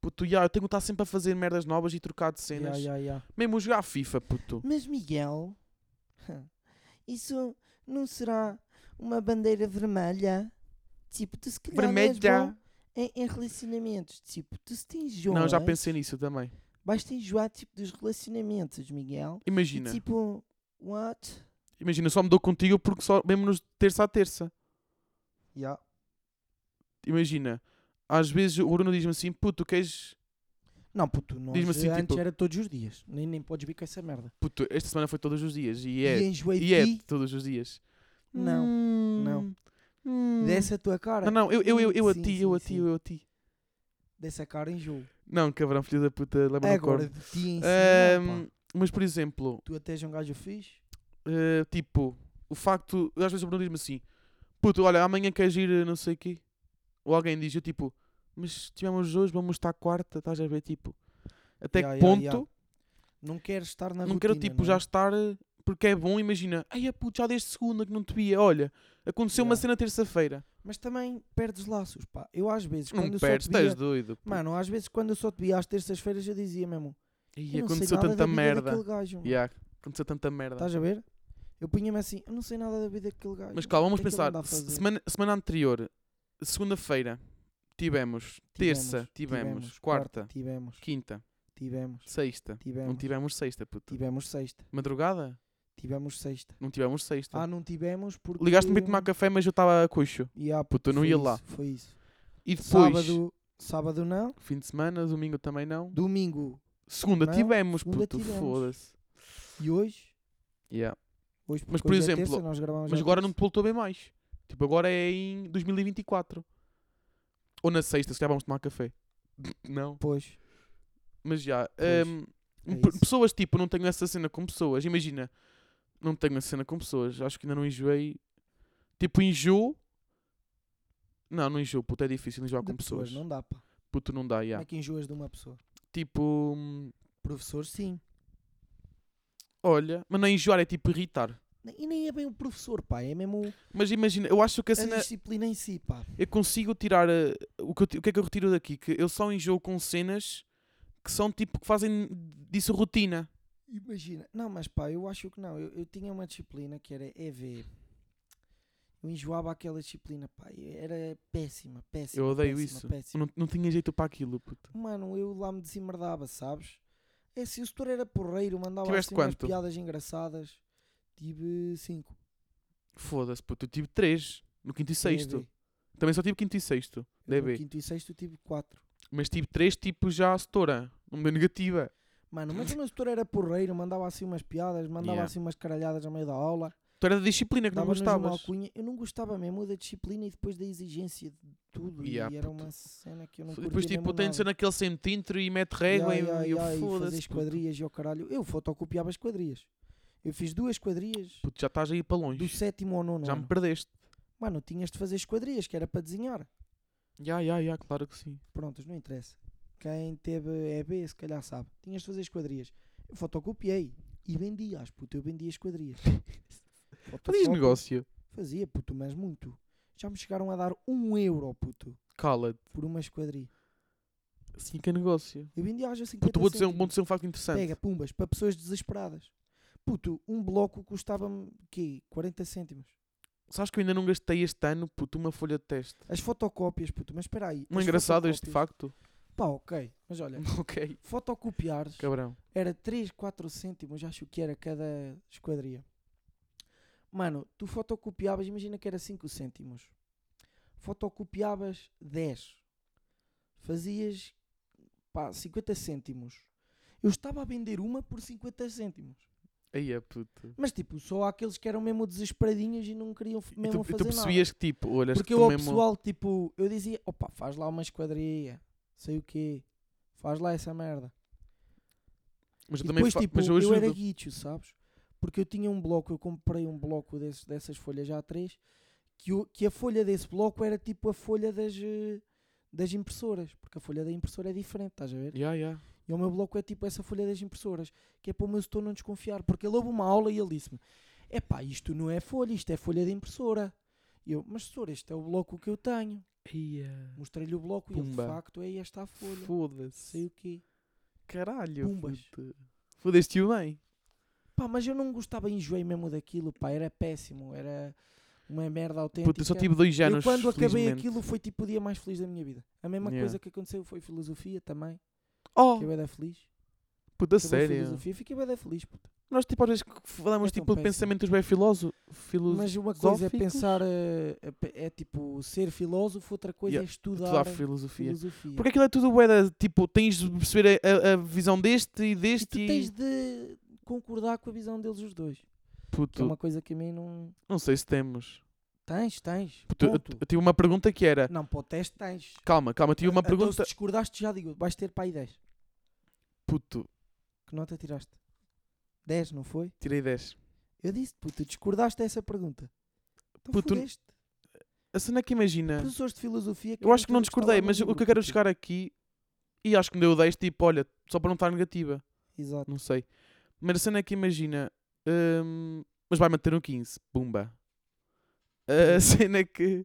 Speaker 3: puto, já, eu tenho que estar sempre a fazer merdas novas e trocar de cenas.
Speaker 2: Ya, ya, ya.
Speaker 3: Mesmo a jogar FIFA, puto.
Speaker 2: Mas Miguel, <laughs> isso não será uma bandeira vermelha? Tipo, tu se calhar não és
Speaker 3: Vermelha.
Speaker 2: bom em, em relacionamentos. Tipo, tu se te
Speaker 3: Não,
Speaker 2: enjoas,
Speaker 3: já pensei nisso também.
Speaker 2: vais te enjoar tipo, dos relacionamentos, Miguel. E
Speaker 3: Imagina,
Speaker 2: tipo, what?
Speaker 3: imagina, só me dou contigo porque só mesmo nos terça a terça.
Speaker 2: Yeah.
Speaker 3: Imagina, às vezes o Bruno diz-me assim, puto, queres.
Speaker 2: Não, puto, nós
Speaker 3: Diz-me assim,
Speaker 2: antes
Speaker 3: tipo-
Speaker 2: era todos os dias. Nem, nem podes vir com essa merda.
Speaker 3: Puto, esta semana foi todos os dias e
Speaker 2: e
Speaker 3: é.
Speaker 2: enjoei
Speaker 3: E é
Speaker 2: ti
Speaker 3: todos os dias.
Speaker 2: Não,
Speaker 3: Hum,
Speaker 2: não.
Speaker 3: hum.
Speaker 2: dessa tua cara.
Speaker 3: Não, não, eu, eu, eu, eu a
Speaker 2: Sim,
Speaker 3: ti,
Speaker 2: sim,
Speaker 3: eu a ti,
Speaker 2: sim.
Speaker 3: eu a ti.
Speaker 2: Dessa cara enjoo.
Speaker 3: Não, cabrão, filho da puta, leva-me no corno.
Speaker 2: Agora de ti em
Speaker 3: Ahm,
Speaker 2: cima, pá.
Speaker 3: mas, por exemplo,
Speaker 2: Tu até és um gajo fixe.
Speaker 3: eh, tipo, o facto. Às vezes o Bruno diz-me assim: Puto, olha, amanhã queres ir eh, não sei o quê. Ou alguém diz, eu tipo, mas tivemos hoje, vamos estar quarta, estás a ver? Tipo, até
Speaker 2: Ya,
Speaker 3: que
Speaker 2: ya,
Speaker 3: ponto
Speaker 2: ya. Não queres estar na
Speaker 3: não quero,
Speaker 2: rotina,
Speaker 3: tipo,
Speaker 2: é?
Speaker 3: já estar. eh, Porque é bom, imagina, ai é puto, já desde segunda que não te via, olha, aconteceu uma
Speaker 2: Ya.
Speaker 3: cena terça-feira.
Speaker 2: Mas também perdes laços, pá. Eu às vezes, quando
Speaker 3: Não
Speaker 2: eu
Speaker 3: perdes,
Speaker 2: só te via...
Speaker 3: estás doido. puto.
Speaker 2: Mano, às vezes quando eu só te via às terças-feiras eu dizia mesmo...
Speaker 3: Ih,
Speaker 2: "Eu não sei
Speaker 3: aconteceu
Speaker 2: nada da
Speaker 3: é tanta
Speaker 2: vida
Speaker 3: merda. é
Speaker 2: daquele gajo, mano."
Speaker 3: Ya, aconteceu tanta merda.
Speaker 2: Estás a ver? Eu punha-me assim, eu não sei nada da vida daquele gajo.
Speaker 3: Mas calma, vamos
Speaker 2: o que é que ele
Speaker 3: pensar.
Speaker 2: anda a
Speaker 3: Se-
Speaker 2: fazer?"
Speaker 3: Semana, semana anterior, segunda-feira, tivemos. é Terça, tivemos. Quarta,
Speaker 2: Tivemos.
Speaker 3: quinta,
Speaker 2: Tivemos.
Speaker 3: sexta. Não
Speaker 2: Tivemos.
Speaker 3: tivemos sexta, puto.
Speaker 2: Tivemos sexta.
Speaker 3: Madrugada?
Speaker 2: Tivemos sexta.
Speaker 3: Não tivemos sexta.
Speaker 2: Ah, não tivemos porque...
Speaker 3: Ligaste-me para ir tomar café, mas eu estava a coxo.
Speaker 2: Yeah,
Speaker 3: Puta, eu não
Speaker 2: foi
Speaker 3: ia
Speaker 2: isso,
Speaker 3: lá.
Speaker 2: Foi isso.
Speaker 3: E depois,
Speaker 2: Sábado... Sábado não.
Speaker 3: fim de semana, domingo também não.
Speaker 2: Domingo.
Speaker 3: Segunda
Speaker 2: Não,
Speaker 3: tivemos,
Speaker 2: segunda
Speaker 3: puto.
Speaker 2: tivemos.
Speaker 3: Foda-se.
Speaker 2: E hoje?
Speaker 3: Yeah.
Speaker 2: Hoje porque
Speaker 3: Mas, por
Speaker 2: hoje é
Speaker 3: exemplo,
Speaker 2: terça, nós gravamos
Speaker 3: Mas
Speaker 2: à
Speaker 3: agora
Speaker 2: terça.
Speaker 3: não te voltou bem mais. Tipo, agora é em 2024. Ou na sexta, se calhar vamos tomar café. <laughs> Não.
Speaker 2: Pois.
Speaker 3: Mas já.
Speaker 2: Pois,
Speaker 3: hum,
Speaker 2: é
Speaker 3: pe-
Speaker 2: isso.
Speaker 3: pessoas, tipo, não tenho essa cena com pessoas. Imagina, não tenho essa cena com pessoas. Acho que ainda não enjoei. Tipo, enjoo. Não, não enjoo, puto, é difícil enjoar
Speaker 2: De
Speaker 3: com pessoas.
Speaker 2: Não dá, pá.
Speaker 3: Puto, não dá,
Speaker 2: Como
Speaker 3: já.
Speaker 2: é que enjoas de uma pessoa?
Speaker 3: Tipo, hum,
Speaker 2: Professor, sim.
Speaker 3: olha, mas não é enjoar, é tipo irritar.
Speaker 2: E nem é bem o professor, pá. É mesmo
Speaker 3: Mas imagina, eu acho que a
Speaker 2: a
Speaker 3: cena.
Speaker 2: disciplina em si, pá.
Speaker 3: Eu consigo tirar. uh, o, que eu ti- o que é que eu retiro daqui? Que eu só enjoo com cenas que são tipo, que fazem disso rotina.
Speaker 2: Imagina. Não, mas pá, eu acho que não. Eu, eu tinha uma disciplina que era EV. Eu enjoava aquela disciplina, pá. e Era péssima, péssima.
Speaker 3: Eu odeio
Speaker 2: péssima,
Speaker 3: isso.
Speaker 2: Péssima.
Speaker 3: Não, não tinha jeito para aquilo, puto.
Speaker 2: Mano, eu lá me desemerdava, sabes? É assim, o setor era porreiro, mandava
Speaker 3: Tiveste
Speaker 2: assim umas
Speaker 3: quanto?
Speaker 2: piadas engraçadas. Tive 5.
Speaker 3: Foda-se, puto, eu tive 3 no quinto e sexto. Também só tive quinto e sexto, DB.
Speaker 2: Quinto e sexto tive 4.
Speaker 3: Mas tive três tipo já setora. Não me deu negativa.
Speaker 2: Mano, mas o meu setor era porreiro, mandava assim umas piadas, mandava
Speaker 3: Yeah.
Speaker 2: assim umas caralhadas no meio da aula.
Speaker 3: Tu era da disciplina que não
Speaker 2: Dava-nos uma
Speaker 3: gostavas.
Speaker 2: alcunha. Eu não gostava mesmo da disciplina e depois da exigência de tudo.
Speaker 3: Yeah,
Speaker 2: e era
Speaker 3: puto.
Speaker 2: uma cena que eu não
Speaker 3: F-
Speaker 2: curtia
Speaker 3: Depois tipo,
Speaker 2: mesmo
Speaker 3: tem de ser
Speaker 2: nada.
Speaker 3: naquele centímetro e mete régua
Speaker 2: Yeah, yeah,
Speaker 3: e, e eu
Speaker 2: yeah, e fazer
Speaker 3: foda-se. Puto.
Speaker 2: esquadrias e ao caralho. Eu fotocopiava as quadrias. Eu fiz duas quadrias
Speaker 3: Puto, já estás a ir para
Speaker 2: do
Speaker 3: longe.
Speaker 2: sétimo ao nono
Speaker 3: Já me
Speaker 2: ano.
Speaker 3: perdeste.
Speaker 2: Mano, tinhas de fazer esquadrias, que era para desenhar.
Speaker 3: Já, já, já, claro que sim.
Speaker 2: Prontas, não interessa. Quem teve EB, se calhar sabe. Tinhas de fazer esquadrias. Eu fotocopiei e vendia, as puto, eu vendia esquadrias.
Speaker 3: <laughs> Fazes
Speaker 2: Fotocópia.
Speaker 3: Então negócio.
Speaker 2: Fazia, puto, mas muito. Já me chegaram a dar um euro, puto,
Speaker 3: Cala-te.
Speaker 2: por uma esquadria.
Speaker 3: Assim que é negócio.
Speaker 2: Eu vendi às 50
Speaker 3: Puto, vou dizer, um-
Speaker 2: cêntimos.
Speaker 3: vou dizer um facto interessante.
Speaker 2: Pega, pumbas, para pessoas desesperadas. Puto, um bloco custava-me, quê? 40 cêntimos.
Speaker 3: Sabes que eu ainda não gastei este ano, puto, uma folha de teste.
Speaker 2: As fotocópias, puto, mas espera aí.
Speaker 3: Não é
Speaker 2: as
Speaker 3: engraçado este
Speaker 2: fotocópias-
Speaker 3: facto? <laughs> Hum. é
Speaker 2: Pá, ok, mas olha,
Speaker 3: ok.
Speaker 2: fotocopiares
Speaker 3: Cabrão.
Speaker 2: era 3, 4 cêntimos, acho que era cada esquadria. Mano, tu fotocopiavas, imagina que era 5 cêntimos. Fotocopiavas 10. Fazias, pá, 50 cêntimos. Eu estava a vender uma por 50 cêntimos.
Speaker 3: Aí é, puto.
Speaker 2: Mas tipo, só aqueles que eram mesmo desesperadinhos e não queriam f-
Speaker 3: E tu,
Speaker 2: mesmo
Speaker 3: e tu
Speaker 2: fazer
Speaker 3: percebias que tipo, olha,
Speaker 2: nada.
Speaker 3: acho que
Speaker 2: Porque
Speaker 3: tu
Speaker 2: eu ao
Speaker 3: mesmo...
Speaker 2: pessoal, tipo, eu dizia, opa, faz lá uma esquadria, sei o quê, faz lá essa merda.
Speaker 3: Mas
Speaker 2: E
Speaker 3: eu também
Speaker 2: depois,
Speaker 3: fa-
Speaker 2: tipo,
Speaker 3: mas eu
Speaker 2: eu,
Speaker 3: ajudo.
Speaker 2: era guicho, sabes? Porque eu tinha um bloco, eu comprei um bloco desses, dessas folhas A3, que, o- que a folha desse bloco era tipo a folha das, eh, das impressoras, porque a folha da impressora é diferente, estás a ver?
Speaker 3: Ya, ya.
Speaker 2: E o meu bloco é tipo essa folha das impressoras, que é para o meu setor não desconfiar. Porque ele houve uma aula e ele disse-me: é pá, isto não é folha, isto é folha de impressora. E eu, mas senhor, este é o bloco que eu tenho.
Speaker 3: Ia.
Speaker 2: Mostrei-lhe o bloco e ele, de
Speaker 3: Pumba.
Speaker 2: facto, é esta a folha. Sei
Speaker 3: Foda-se.
Speaker 2: o quê.
Speaker 3: Caralho,
Speaker 2: Pumbas.
Speaker 3: puto. Fodeste-o bem.
Speaker 2: Pá, mas eu não gostava, enjoei mesmo daquilo, pá, era péssimo, era uma merda autêntica.
Speaker 3: Puto, É eu só tive dois
Speaker 2: eu
Speaker 3: anos,
Speaker 2: quando acabei
Speaker 3: felizmente.
Speaker 2: aquilo foi tipo o dia mais feliz da minha vida. A mesma
Speaker 3: Yeah.
Speaker 2: coisa que aconteceu foi filosofia também,
Speaker 3: Oh,
Speaker 2: que eu era feliz.
Speaker 3: puta,
Speaker 2: Acabei
Speaker 3: sério.
Speaker 2: filosofia, fiquei bem feliz, puto.
Speaker 3: Nós tipo às vezes que falamos
Speaker 2: É tão
Speaker 3: tipo de
Speaker 2: péssimo.
Speaker 3: pensamentos bem filósofos. Filo...
Speaker 2: Mas uma coisa é
Speaker 3: filosóficos?
Speaker 2: pensar, eh, é, pe- é tipo ser filósofo, outra coisa
Speaker 3: Yeah,
Speaker 2: é estudar,
Speaker 3: Estudar
Speaker 2: filosofia.
Speaker 3: filosofia. Porque aquilo é tudo bué da- tipo, tens de perceber a, a- a visão deste e
Speaker 2: e tu
Speaker 3: deste e...
Speaker 2: tens de concordar com a visão deles os dois. Que é
Speaker 3: Puto,
Speaker 2: uma coisa que a mim não.
Speaker 3: não sei se temos.
Speaker 2: Tens, tens.
Speaker 3: Puto, eu,
Speaker 2: ponto.
Speaker 3: eu tive uma pergunta que era...
Speaker 2: Não, para o teste tens.
Speaker 3: Calma, calma, tive uma
Speaker 2: Então, se
Speaker 3: pergunta...
Speaker 2: discordaste, já digo, vais ter para aí 10.
Speaker 3: Puto,
Speaker 2: Que nota tiraste? 10, não foi?
Speaker 3: tirei 10.
Speaker 2: Eu disse, puto, discordaste essa pergunta. Então
Speaker 3: Puto,
Speaker 2: fudeste.
Speaker 3: A cena é que imagina...
Speaker 2: Professores de filosofia.
Speaker 3: Eu acho que não
Speaker 2: querem tudo
Speaker 3: discordei,
Speaker 2: está lá no
Speaker 3: mas o que
Speaker 2: livro,
Speaker 3: eu quero
Speaker 2: puto.
Speaker 3: chegar aqui... E acho que me deu 10, tipo, olha, só para não estar negativa.
Speaker 2: Exato.
Speaker 3: Não sei. Mas a cena é que imagina... hum, mas vai manter um 15. Pumba. A cena é que...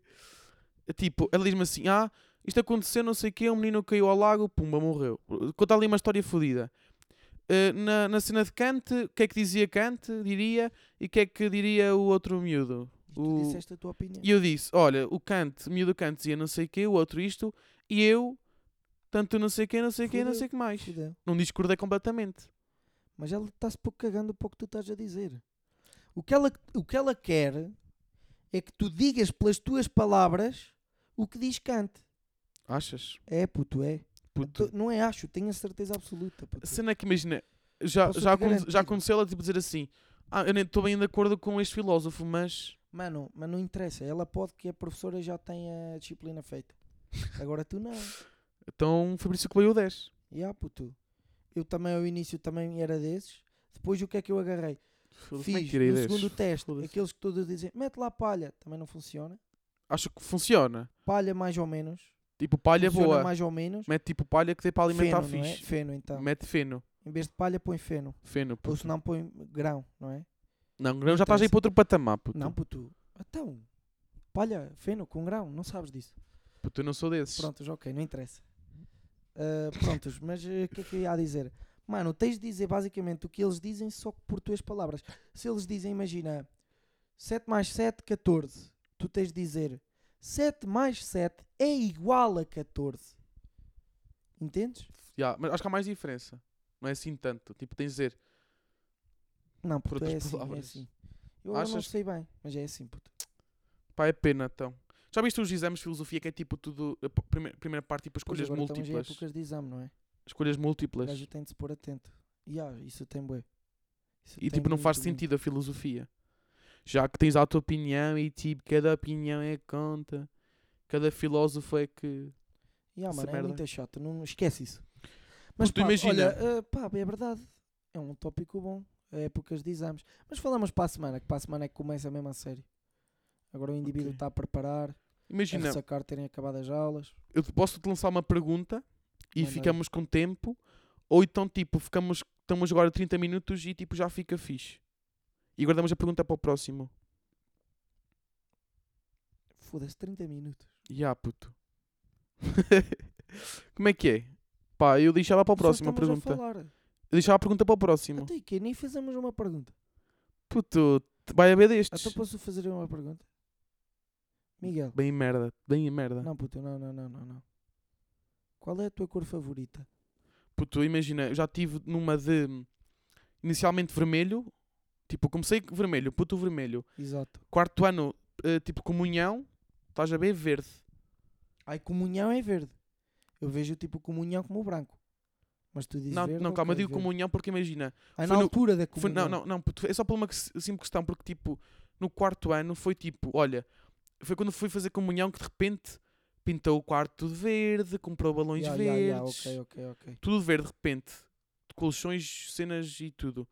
Speaker 3: Tipo, ela diz-me assim... Ah, isto aconteceu, não sei o quê. Um menino caiu ao lago. Pumba, morreu. Conta ali uma história fodida. Eh, na, na cena de Kant, o que é que dizia Kant? Diria. E o que é que diria o outro miúdo?
Speaker 2: E
Speaker 3: O-
Speaker 2: tu disseste a tua opinião.
Speaker 3: E eu disse: Olha, o Kant, o miúdo Kant dizia não sei o quê, o outro isto, e eu, tanto não sei o quê, não sei o quê, não sei o que mais.
Speaker 2: Fudeu.
Speaker 3: Não discordei completamente.
Speaker 2: Mas ela está-se pouco cagando para o que tu estás a dizer. O que, ela, o que ela quer é que tu digas pelas tuas palavras o que diz Kant.
Speaker 3: Achas?
Speaker 2: É, puto, é.
Speaker 3: Puto.
Speaker 2: Tu- Não é acho, tenho a certeza absoluta. Puto.
Speaker 3: A cena é que imagina, já,
Speaker 2: Posso
Speaker 3: já,
Speaker 2: te
Speaker 3: acon-
Speaker 2: garantir.
Speaker 3: já aconteceu ela tipo dizer assim: Ah, eu nem estou bem de acordo com este filósofo, mas.
Speaker 2: Mano, mas não interessa. Ela pode que a professora já tenha a disciplina feita. Agora tu não.
Speaker 3: Então foi por isso que leio o 10.
Speaker 2: E ah, puto. Eu também ao início também era desses. Depois o que é que eu agarrei?
Speaker 3: Foda-se, como é que
Speaker 2: Fiz
Speaker 3: tirei
Speaker 2: no
Speaker 3: 10?
Speaker 2: segundo teste,
Speaker 3: Foda-se.
Speaker 2: aqueles que todos dizem, mete lá palha, também não funciona.
Speaker 3: Acho que funciona.
Speaker 2: Palha mais ou menos.
Speaker 3: Tipo, palha
Speaker 2: funciona
Speaker 3: boa.
Speaker 2: mais ou menos.
Speaker 3: Mete tipo palha que dê para alimentar
Speaker 2: feno, não é?
Speaker 3: fixe.
Speaker 2: Feno então.
Speaker 3: Mete feno.
Speaker 2: Em vez de palha põe feno.
Speaker 3: Feno, puto.
Speaker 2: Ou se não põe grão, não é?
Speaker 3: Não, grão, já estás aí para outro patamar, puto.
Speaker 2: Não, puto. Então, palha, feno com grão, não sabes disso.
Speaker 3: Puto, eu não sou desses.
Speaker 2: Prontos, ok, não interessa. Ah, prontos, <laughs> mas eh, o que é que eu ia dizer? Mano, tens de dizer basicamente o que eles dizem só que por tuas palavras. Se eles dizem, imagina, 7 mais 7, 14. Tu tens de dizer, 7 mais 7 é igual a 14. Entendes?
Speaker 3: Ya, mas acho que há mais diferença. Não é assim tanto. Tipo, tens de dizer.
Speaker 2: Não,
Speaker 3: Por
Speaker 2: puto, é
Speaker 3: outras
Speaker 2: assim, é
Speaker 3: palavras.
Speaker 2: assim. Eu agora não
Speaker 3: Achas
Speaker 2: sei bem, mas é assim, puto.
Speaker 3: Pá, é pena então. Já viste os exames de filosofia que é tipo tudo. A p- prime- primeira parte, tipo
Speaker 2: Pois
Speaker 3: escolhas
Speaker 2: agora estamos em
Speaker 3: múltiplas.
Speaker 2: épocas de exame, não é?
Speaker 3: Escolhas
Speaker 2: O
Speaker 3: múltiplas.
Speaker 2: gajo tem de se pôr atento. E ah, isso tem bué. Isso
Speaker 3: E
Speaker 2: tem
Speaker 3: tipo, não faz
Speaker 2: muito, muito.
Speaker 3: sentido a filosofia. Já que tens a tua opinião e tipo, cada opinião é que conta. Cada filósofo é que.
Speaker 2: Ya,
Speaker 3: Essa
Speaker 2: mano, é
Speaker 3: merda.
Speaker 2: muito chato, não esquece isso. Mas
Speaker 3: tu
Speaker 2: pá,
Speaker 3: imagina-
Speaker 2: olha, eh, pá, é verdade. É um tópico bom, é épocas de exames. Mas falamos para a semana, que para a semana é que começa mesmo a sério. Agora o indivíduo
Speaker 3: Ok.
Speaker 2: está a preparar, a
Speaker 3: Imagina,
Speaker 2: ressacar terem acabado as aulas.
Speaker 3: eu te- posso te lançar uma pergunta e
Speaker 2: Manda aí.
Speaker 3: ficamos com tempo. Ou então, tipo, ficamos. Estamos agora 30 minutos e tipo, já fica fixe. E guardamos a pergunta para o próximo.
Speaker 2: Foda-se, 30 minutos.
Speaker 3: Ya, puto. ah, <laughs> Como é que é? Pá, eu deixava para a
Speaker 2: Só
Speaker 3: próxima
Speaker 2: estamos a
Speaker 3: pergunta. Eu
Speaker 2: falar.
Speaker 3: deixava a pergunta para o próximo.
Speaker 2: Até que nem fizemos uma pergunta.
Speaker 3: Puto, t- vai haver destes.
Speaker 2: Até posso fazer uma pergunta? Miguel.
Speaker 3: Bem merda, bem merda.
Speaker 2: Não, puto, não, não, não, não, não. Qual é a tua cor favorita?
Speaker 3: Puto, Tipo, imagina, eu já tive numa de inicialmente vermelho, tipo, comecei com vermelho, puto vermelho.
Speaker 2: Exato.
Speaker 3: Quarto ano, eh, tipo, comunhão, estás a ver verde.
Speaker 2: Ai, comunhão é verde. Eu vejo tipo comunhão como branco. Mas tu dizes
Speaker 3: não,
Speaker 2: verde,
Speaker 3: não, calma, eu
Speaker 2: ok,
Speaker 3: digo
Speaker 2: verde.
Speaker 3: comunhão porque imagina,
Speaker 2: Ai,
Speaker 3: foi
Speaker 2: na
Speaker 3: no-
Speaker 2: altura da
Speaker 3: Foi-
Speaker 2: comunhão.
Speaker 3: não, não, não, puto, é só por uma que- simples questão, porque tipo, no quarto ano foi tipo, olha, foi quando fui fazer comunhão que de repente pintou o quarto tudo verde, comprou balões
Speaker 2: Ya, ya,
Speaker 3: verdes,
Speaker 2: ya, ok, ok, ok.
Speaker 3: tudo verde de repente, colchões, cenas e tudo.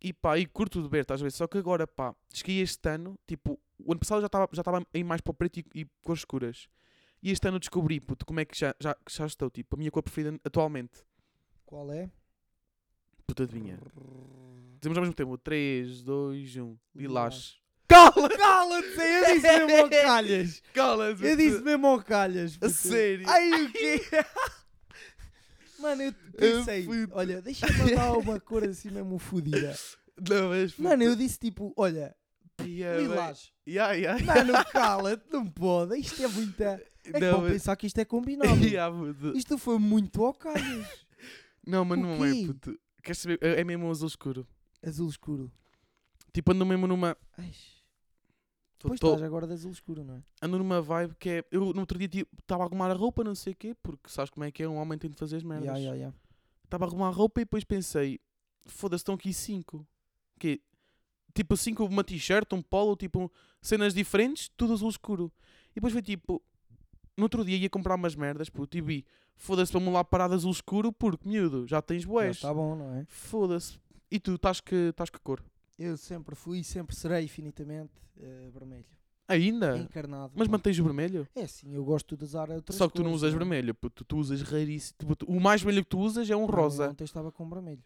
Speaker 3: E pá, e curto de verde, estás a ver? Só que agora, pá, cheguei este ano, tipo, o ano passado já estava já estava a ir mais para o preto e, e cores escuras. E este ano eu descobri, puto, como é que já, já, que já estou, tipo, a minha cor preferida atualmente.
Speaker 2: Qual
Speaker 3: <laughs>
Speaker 2: é?
Speaker 3: Puta, adivinha. Dizemos ao mesmo tempo, 3, 2, 1, lilás.
Speaker 2: Cala! Cala-te! Eu disse mesmo <laughs> ao calhas!
Speaker 3: Cala-te!
Speaker 2: Eu disse mesmo ao calhas!
Speaker 3: A
Speaker 2: puto.
Speaker 3: sério!
Speaker 2: Ai, o quê? <laughs> Mano, eu pensei,
Speaker 3: puto.
Speaker 2: olha, deixa-me dar uma cor assim
Speaker 3: <laughs>
Speaker 2: mesmo fodida.
Speaker 3: Não, mas... puto,
Speaker 2: Mano, eu disse tipo, olha,
Speaker 3: ia, bem.
Speaker 2: lilás.
Speaker 3: Ia, ia.
Speaker 2: Mano, cala-te, não pode. Isto é muita. É que
Speaker 3: Não,
Speaker 2: vão
Speaker 3: mas...
Speaker 2: pensar que isto
Speaker 3: <laughs>
Speaker 2: é combinado.
Speaker 3: Ia, puto.
Speaker 2: Isto foi muito ao calhas.
Speaker 3: Não, mas
Speaker 2: O
Speaker 3: não é,
Speaker 2: quê?
Speaker 3: puto. Queres saber? É é mesmo azul escuro.
Speaker 2: Azul escuro.
Speaker 3: Tipo, ando mesmo numa...
Speaker 2: Ai,
Speaker 3: tô-
Speaker 2: pois tá,
Speaker 3: tô-
Speaker 2: estás agora de azul escuro, não é?
Speaker 3: Ando numa vibe que é... Eu no outro dia estava a arrumar a roupa, não sei o quê, porque sabes como é que é, um homem tem de fazer as merdas.
Speaker 2: Ya,
Speaker 3: Estava
Speaker 2: ya, ya.
Speaker 3: a arrumar a roupa e depois pensei... Foda-se, estão aqui cinco. Quê? Tipo, cinco, uma t-shirt, um polo, tipo... Cenas diferentes, tudo azul escuro. E depois foi tipo... No outro dia ia comprar umas merdas, puto, e vi... Foda-se, vamos lá parar de azul escuro, porque, miúdo, já tens
Speaker 2: Já
Speaker 3: boés.
Speaker 2: Tá bom, não é?
Speaker 3: Foda-se. E tu, estás que, estás que cor?
Speaker 2: Eu sempre fui e sempre serei infinitamente eh, vermelho.
Speaker 3: Ainda?
Speaker 2: Encarnado.
Speaker 3: É. Mas
Speaker 2: pá.
Speaker 3: mantens o vermelho?
Speaker 2: É sim, eu gosto de usar outras
Speaker 3: Só que tu não
Speaker 2: cores,
Speaker 3: usas
Speaker 2: é?
Speaker 3: vermelho, puto. Tu usas raríssimo. tipo, tu- O mais vermelho que tu usas é um
Speaker 2: Não, eu
Speaker 3: rosa.
Speaker 2: Ontem estava com vermelho.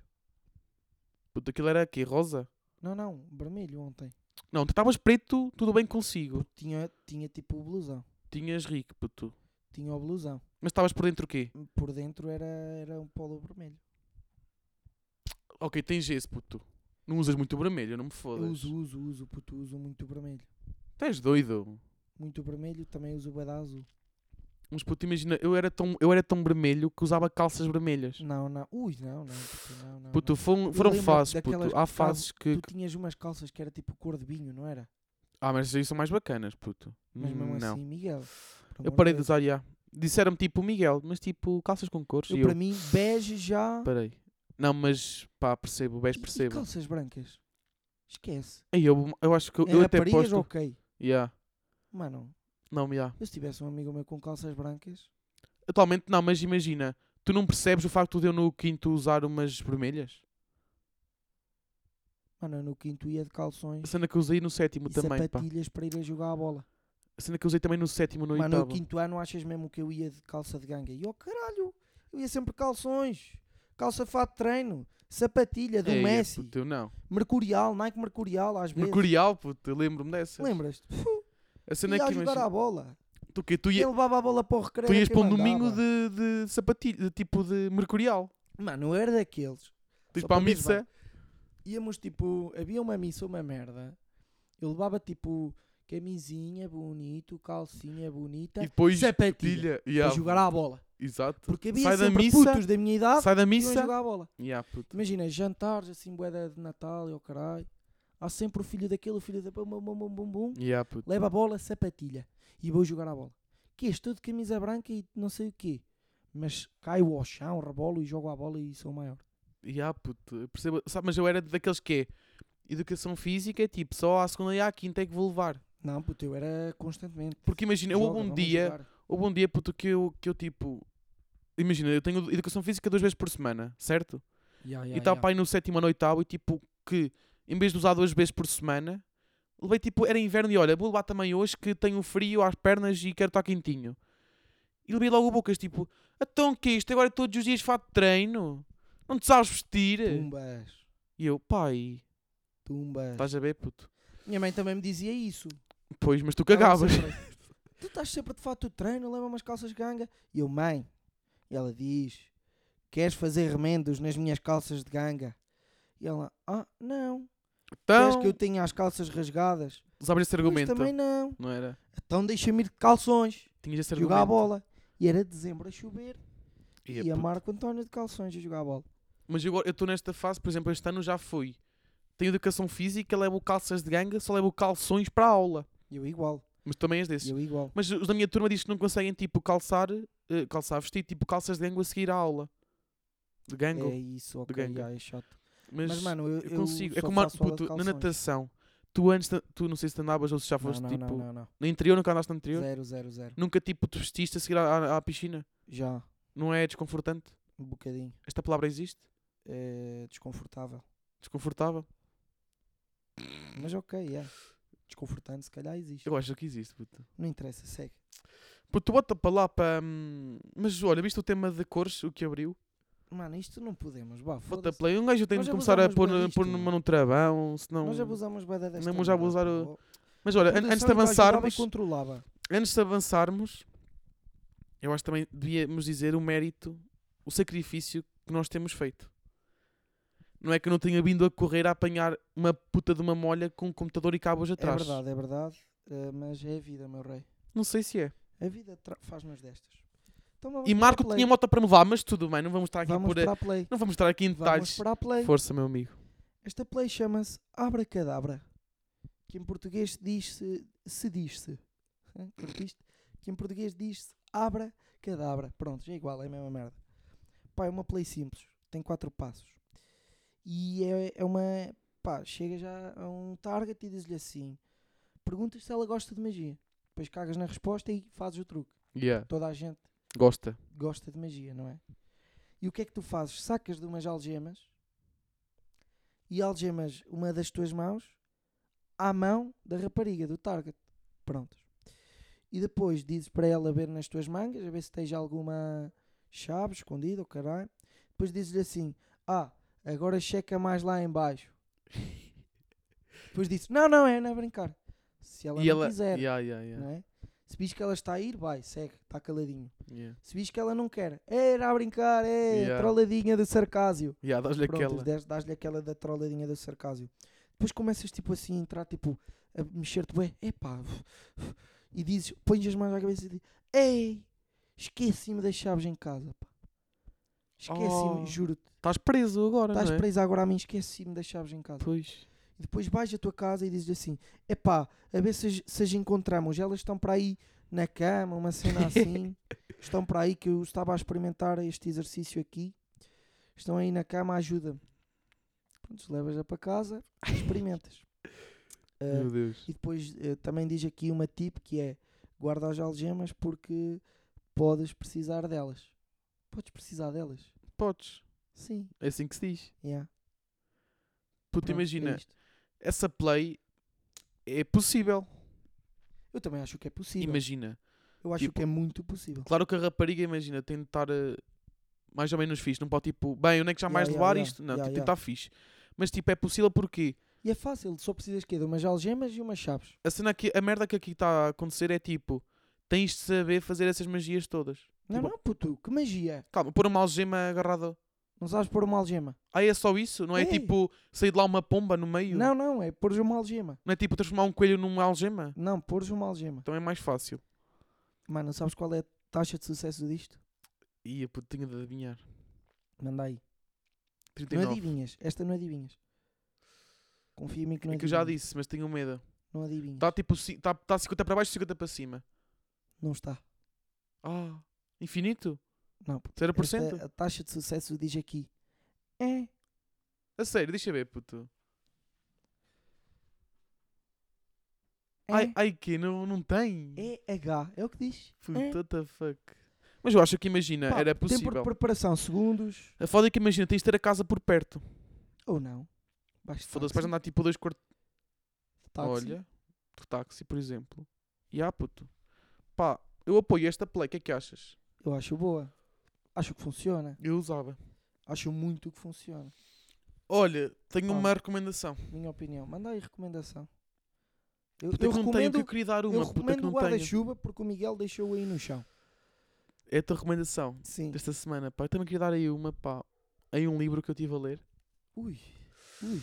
Speaker 3: Puto, aquilo era aqui, rosa?
Speaker 2: Não, não, vermelho ontem.
Speaker 3: Não, tu estavas preto, tudo bem consigo.
Speaker 2: Porque tinha, tinha tipo o blusão.
Speaker 3: Tinhas rico, puto.
Speaker 2: Tinha o blusão.
Speaker 3: Mas estavas por dentro o quê?
Speaker 2: Por dentro era, era um polo vermelho.
Speaker 3: Ok, tens esse, puto. Não usas muito vermelho, não me
Speaker 2: Eu
Speaker 3: fodas.
Speaker 2: uso, uso, uso, puto, uso muito vermelho.
Speaker 3: Tens doido.
Speaker 2: Muito vermelho, também uso bué de azul.
Speaker 3: Mas puto, imagina, eu era tão, eu era tão vermelho que usava calças vermelhas.
Speaker 2: Não, não. Ui, não, não, puto, não, não.
Speaker 3: Puto,
Speaker 2: não.
Speaker 3: foram, foram
Speaker 2: lembro-me
Speaker 3: fases,
Speaker 2: daquelas
Speaker 3: puto. Há
Speaker 2: que usavam-
Speaker 3: fases que...
Speaker 2: Tu tinhas umas calças que era tipo cor de vinho, não era?
Speaker 3: Ah, mas essas aí são mais bacanas, puto.
Speaker 2: Mas mesmo
Speaker 3: Hum, não.
Speaker 2: assim, Miguel. por
Speaker 3: Eu
Speaker 2: amor
Speaker 3: parei de
Speaker 2: Deus.
Speaker 3: usar, já. Disseram-me tipo Miguel, mas tipo calças com cores. e
Speaker 2: Eu,
Speaker 3: eu
Speaker 2: para mim, bege já.
Speaker 3: parei. Não, mas pá, percebo, bem
Speaker 2: E- e
Speaker 3: percebo.
Speaker 2: calças brancas. Esquece.
Speaker 3: Ei, eu, eu acho que eu,
Speaker 2: Eu,
Speaker 3: eu
Speaker 2: em
Speaker 3: até
Speaker 2: É raparigas,
Speaker 3: posto.
Speaker 2: ok.
Speaker 3: Yeah.
Speaker 2: Mano,
Speaker 3: Não, yeah.
Speaker 2: eu se tivesse um amigo meu com calças brancas.
Speaker 3: Atualmente não, mas imagina, tu não percebes o facto de eu no quinto usar umas vermelhas?
Speaker 2: Mano, eu no quinto ia de
Speaker 3: A
Speaker 2: calções
Speaker 3: cena que eu usei no sétimo
Speaker 2: e
Speaker 3: também, pá.
Speaker 2: sapatilhas para ir a jogar a bola.
Speaker 3: A cena que eu usei também no sétimo, no
Speaker 2: Mano, no
Speaker 3: oitavo.
Speaker 2: quinto ano achas mesmo que eu ia de calça de ganga? E oh caralho, eu ia sempre calções, calça fato de treino, sapatilha é do
Speaker 3: Ei,
Speaker 2: Messi,
Speaker 3: É, puto, eu não.
Speaker 2: Mercurial, Nike Mercurial às vezes.
Speaker 3: Mercurial, puto, eu lembro-me dessa.
Speaker 2: Lembras-te? Fu,
Speaker 3: A cena é
Speaker 2: Ia
Speaker 3: que
Speaker 2: a jogar
Speaker 3: imagina,
Speaker 2: à bola.
Speaker 3: tu, que, tu, ia,
Speaker 2: Ele levava a bola para o recreio.
Speaker 3: tu
Speaker 2: era
Speaker 3: ias
Speaker 2: quem
Speaker 3: para um
Speaker 2: mandava.
Speaker 3: domingo de, de sapatilha, de tipo de mercurial.
Speaker 2: Mano, eu era daqueles.
Speaker 3: Tu ias
Speaker 2: Só
Speaker 3: para a
Speaker 2: para ver se vai.
Speaker 3: missa.
Speaker 2: Íamos tipo, havia uma missa, uma merda. Eu levava tipo camisinha bonito, calcinha bonita,
Speaker 3: E depois
Speaker 2: sapatilha
Speaker 3: pilha.
Speaker 2: é para
Speaker 3: Yeah,
Speaker 2: jogar à bola.
Speaker 3: Exato.
Speaker 2: Porque havia
Speaker 3: Sai da
Speaker 2: sempre
Speaker 3: missa,
Speaker 2: putos da minha idade
Speaker 3: Sai da
Speaker 2: que iam
Speaker 3: missa.
Speaker 2: jogar à bola.
Speaker 3: Yeah, puto.
Speaker 2: Imagina, jantares assim, boeda de Natal e o caralho. Há sempre o filho daquele, o filho da. Bum, bum, bum, bum, bum.
Speaker 3: Yeah, puto.
Speaker 2: Leva a bola, sapatilha. E vou jogar a bola. Que estou de camisa branca e não sei o quê. Mas caio ao chão, rebolo e jogo a bola e sou maior.
Speaker 3: Yeah, puto. Eu percebo. Sabe, mas eu era daqueles que é educação física, é tipo, só à segunda e à quinta é que vou levar.
Speaker 2: Não, puto, eu era constantemente.
Speaker 3: Porque imagina, eu houve
Speaker 2: Joga,
Speaker 3: um
Speaker 2: vamos
Speaker 3: dia,
Speaker 2: jogar.
Speaker 3: houve um dia, puto, que eu, que eu tipo. Imagina, eu tenho educação física duas vezes por semana, certo?
Speaker 2: Ya, ya,
Speaker 3: e estava
Speaker 2: ya.
Speaker 3: para aí no sétimo ou no oitavo e tipo, que em vez de usar duas vezes por semana, levei tipo, era inverno e olha, vou levar também hoje que tenho frio às pernas e quero estar quentinho. E levei logo bocas, tipo, então que é isto? Agora todos os dias fato de treino? Não te sabes vestir?
Speaker 2: Tumbas,
Speaker 3: E eu, pai,
Speaker 2: tumbas.
Speaker 3: estás a ver, puto?
Speaker 2: Minha mãe também me dizia isso.
Speaker 3: Pois, mas tu
Speaker 2: Ela
Speaker 3: cagavas.
Speaker 2: sempre-
Speaker 3: <laughs>
Speaker 2: Tu estás sempre de fato de treino, leva umas calças ganga. E eu, mãe. E ela diz: Queres fazer remendos nas minhas calças de ganga? E ela, ah, não. Queres
Speaker 3: Então,
Speaker 2: que eu tenha as calças rasgadas?
Speaker 3: usavas Então, esse
Speaker 2: Mas
Speaker 3: argumento.
Speaker 2: também não.
Speaker 3: Não era?
Speaker 2: Então deixa-me ir de calções.
Speaker 3: Tinhas esse argumento.
Speaker 2: Jogar a bola. E era dezembro a chover.
Speaker 3: Ia,
Speaker 2: e a
Speaker 3: puto.
Speaker 2: Marco António de calções a jogar a bola.
Speaker 3: Mas eu agora- eu estou nesta fase, por exemplo, este ano já fui. Tenho educação física, levo calças de ganga, só levo calções para a aula.
Speaker 2: Eu igual.
Speaker 3: Mas também és desses.
Speaker 2: Eu igual.
Speaker 3: Mas os da minha turma diz que não conseguem, tipo, calçar, eh, calçar, vestir, tipo, calças de ganga a seguir à aula. De ganga.
Speaker 2: É isso, ok.
Speaker 3: ganga.
Speaker 2: já, é chato.
Speaker 3: mas,
Speaker 2: Mas, mano, eu,
Speaker 3: eu
Speaker 2: eu
Speaker 3: consigo. é
Speaker 2: só
Speaker 3: como, a-
Speaker 2: faço aula
Speaker 3: puto,
Speaker 2: de
Speaker 3: na
Speaker 2: calções.
Speaker 3: natação. Tu antes, de- tu não sei se te andavas ou se já foste,
Speaker 2: Não, não,
Speaker 3: tipo,
Speaker 2: não, não, não.
Speaker 3: no interior, nunca andaste no interior?
Speaker 2: Zero, zero, zero.
Speaker 3: Nunca, tipo, te vestiste a seguir à, à- à piscina?
Speaker 2: Já.
Speaker 3: Não é desconfortante?
Speaker 2: Um bocadinho.
Speaker 3: Esta palavra existe?
Speaker 2: É desconfortável.
Speaker 3: Desconfortável?
Speaker 2: Mas ok, é. Desconfortante, se calhar existe.
Speaker 3: Eu acho que existe, puto.
Speaker 2: Não interessa, segue.
Speaker 3: Puto, bota para lá para. hum, Mas olha, viste o tema de cores, o que abriu?
Speaker 2: Mano, isto não podemos. Bah,
Speaker 3: Bota
Speaker 2: foda-se.
Speaker 3: play. Um gajo tem
Speaker 2: Nós
Speaker 3: de começar a
Speaker 2: abusamos
Speaker 3: pôr,
Speaker 2: bué disto,
Speaker 3: pôr
Speaker 2: mano.
Speaker 3: numa num travão, senão.
Speaker 2: Nós abusamos bem desta
Speaker 3: Vamos
Speaker 2: merda,
Speaker 3: abusar o-
Speaker 2: pô.
Speaker 3: Mas olha, an-
Speaker 2: Atenção,
Speaker 3: antes de
Speaker 2: eu pá, jogava
Speaker 3: avançarmos,
Speaker 2: E controlava.
Speaker 3: antes de avançarmos, eu acho que também devíamos dizer o mérito, o sacrifício que nós temos feito. Não é que eu não tenha vindo a correr a apanhar uma puta de uma molha com um computador e cabos
Speaker 2: É
Speaker 3: atrás.
Speaker 2: verdade, é verdade. eh, mas é a vida, meu rei.
Speaker 3: Não sei se é.
Speaker 2: A vida tra- faz-nos destas. Então vamos
Speaker 3: E
Speaker 2: para a
Speaker 3: Marco
Speaker 2: play.
Speaker 3: tinha moto para me levar, mas tudo bem, não vamos estar aqui
Speaker 2: Vamos
Speaker 3: por. a-
Speaker 2: para a play.
Speaker 3: Não vamos estar aqui em
Speaker 2: Vamos
Speaker 3: detalhes.
Speaker 2: para a play.
Speaker 3: Força, meu amigo.
Speaker 2: Esta play chama-se Abracadabra. Que em português diz-se. Se diz-se. Hã? Curtiste? Que em português diz-se Abracadabra. Pronto, já é igual, é a mesma merda. Pá, é uma play simples. Tem quatro passos. E é, é uma. Pá, chega já a um target e diz-lhe assim: perguntas se ela gosta de magia. Depois cagas na resposta e fazes o truque.
Speaker 3: Yeah.
Speaker 2: Toda a gente
Speaker 3: Gosta.
Speaker 2: gosta de magia, não é? E o que é que tu fazes? Sacas de umas algemas e algemas uma das tuas mãos à mão da rapariga, do target. Prontos. E depois dizes para ela ver nas tuas mangas, a ver se tens alguma chave escondida ou caralho. Depois dizes-lhe assim: Ah, agora checa mais lá em
Speaker 3: <laughs>
Speaker 2: baixo. depois dizes: Não, não, é, não é brincar. Se ela
Speaker 3: e
Speaker 2: não
Speaker 3: ela.
Speaker 2: quiser,
Speaker 3: Yeah, yeah, yeah.
Speaker 2: não é? Se vis que ela está a ir, vai, segue, está caladinho.
Speaker 3: Yeah.
Speaker 2: Se vis que ela não quer, é, era a brincar, é,
Speaker 3: Yeah.
Speaker 2: trolladinha do sarcásio.
Speaker 3: Yeah, dás-lhe
Speaker 2: Pronto,
Speaker 3: aquela.
Speaker 2: dás- dás-lhe aquela da trolladinha do sarcásio. Depois começas, tipo assim, a entrar, tipo, a mexer-te, bem, epá, e dizes, pões as mãos à cabeça e dizes, ei, esqueci-me das chaves em casa, pá. Esqueci-me,
Speaker 3: Oh.
Speaker 2: juro-te.
Speaker 3: Estás preso agora,
Speaker 2: Estás
Speaker 3: não é?
Speaker 2: presa agora a mim, esqueci-me das chaves em casa.
Speaker 3: Pois.
Speaker 2: E depois vais à tua casa e dizes assim: epá, a ver se, as- se as encontramos. Elas estão para aí na cama, uma cena
Speaker 3: <laughs>
Speaker 2: assim. estão para aí que eu estava a experimentar este exercício aqui. Estão aí na cama, ajuda-me. Pronto, levas-a para casa, experimentas. Ah,
Speaker 3: Meu Deus.
Speaker 2: e depois eh, também diz aqui uma tip que é guarda as algemas porque podes precisar delas. Podes precisar delas?
Speaker 3: Podes.
Speaker 2: Sim.
Speaker 3: É assim que se diz.
Speaker 2: Yeah.
Speaker 3: Puta,
Speaker 2: Pronto, é
Speaker 3: imagina,
Speaker 2: isto.
Speaker 3: essa play é possível.
Speaker 2: Eu também acho que é possível.
Speaker 3: Imagina.
Speaker 2: Eu acho
Speaker 3: tipo-
Speaker 2: que é muito possível.
Speaker 3: Claro que a rapariga, imagina, tem de estar eh, mais ou menos fixe. Não pode, tipo, bem, onde é que já
Speaker 2: Yeah,
Speaker 3: mais
Speaker 2: yeah,
Speaker 3: levar
Speaker 2: yeah.
Speaker 3: isto? Não,
Speaker 2: Yeah,
Speaker 3: tipo, tem
Speaker 2: yeah.
Speaker 3: de estar fixe. Mas, tipo, é possível porque
Speaker 2: E é fácil, só precisas que de umas algemas e umas chaves.
Speaker 3: a cena que, a merda que aqui está a acontecer é, tipo, tens de saber fazer essas magias todas.
Speaker 2: Não,
Speaker 3: Tipo-
Speaker 2: não, puto, que magia.
Speaker 3: Calma, pôr uma algema agarrada.
Speaker 2: Não sabes pôr uma algema.
Speaker 3: Ah, é só isso? Não é,
Speaker 2: É.
Speaker 3: tipo, sair de lá uma pomba no meio?
Speaker 2: Não, não, é pôres uma algema.
Speaker 3: Não é, tipo, transformar um coelho numa algema?
Speaker 2: Não, pôres uma algema.
Speaker 3: Então é mais fácil.
Speaker 2: Mano, sabes qual é a taxa de sucesso disto?
Speaker 3: Ia, puto, tinha de adivinhar.
Speaker 2: Manda aí. Não
Speaker 3: 39.
Speaker 2: adivinhas, esta não adivinhas. Confia em mim que não
Speaker 3: É
Speaker 2: adivinhas.
Speaker 3: que eu já disse, mas tenho medo.
Speaker 2: Não adivinhas.
Speaker 3: Está tipo ci- tá, tá 50 para baixo e 50 para cima.
Speaker 2: Não está.
Speaker 3: Ah, infinito?
Speaker 2: Não, puto.
Speaker 3: 0%?
Speaker 2: Esta, a taxa de sucesso diz aqui. É.
Speaker 3: A sério, deixa ver, puto.
Speaker 2: É,
Speaker 3: Ai, ai que não, não tem.
Speaker 2: é H, é o que diz.
Speaker 3: Puta
Speaker 2: É.
Speaker 3: what the fuck. Mas eu acho que imagina,
Speaker 2: Pá,
Speaker 3: era
Speaker 2: Tempo
Speaker 3: possível.
Speaker 2: de preparação, segundos.
Speaker 3: A foda é que imagina, tens de ter a casa por perto.
Speaker 2: Ou não. Vais de
Speaker 3: Foda-se, vais
Speaker 2: táxi,
Speaker 3: andar tipo dois quartos.
Speaker 2: táxi.
Speaker 3: Olha, de táxi, por exemplo. E ah, puto. Pá, eu apoio esta play, o que é que achas?
Speaker 2: Eu acho boa. Acho que funciona.
Speaker 3: Eu usava.
Speaker 2: Acho muito que funciona.
Speaker 3: Olha, tenho
Speaker 2: Pá.
Speaker 3: uma recomendação.
Speaker 2: Minha opinião. Manda aí recomendação. Eu,
Speaker 3: Puta,
Speaker 2: eu
Speaker 3: que não tenho, que
Speaker 2: recomendo,
Speaker 3: eu queria dar
Speaker 2: eu
Speaker 3: uma, puta que
Speaker 2: recomendo o
Speaker 3: não tenho.
Speaker 2: guarda-chuva porque o Miguel deixou aí no chão.
Speaker 3: É a tua recomendação
Speaker 2: Sim.
Speaker 3: desta semana, pá. Eu também queria dar aí uma, pá. Aí um livro que eu estive a ler.
Speaker 2: Ui. Ui.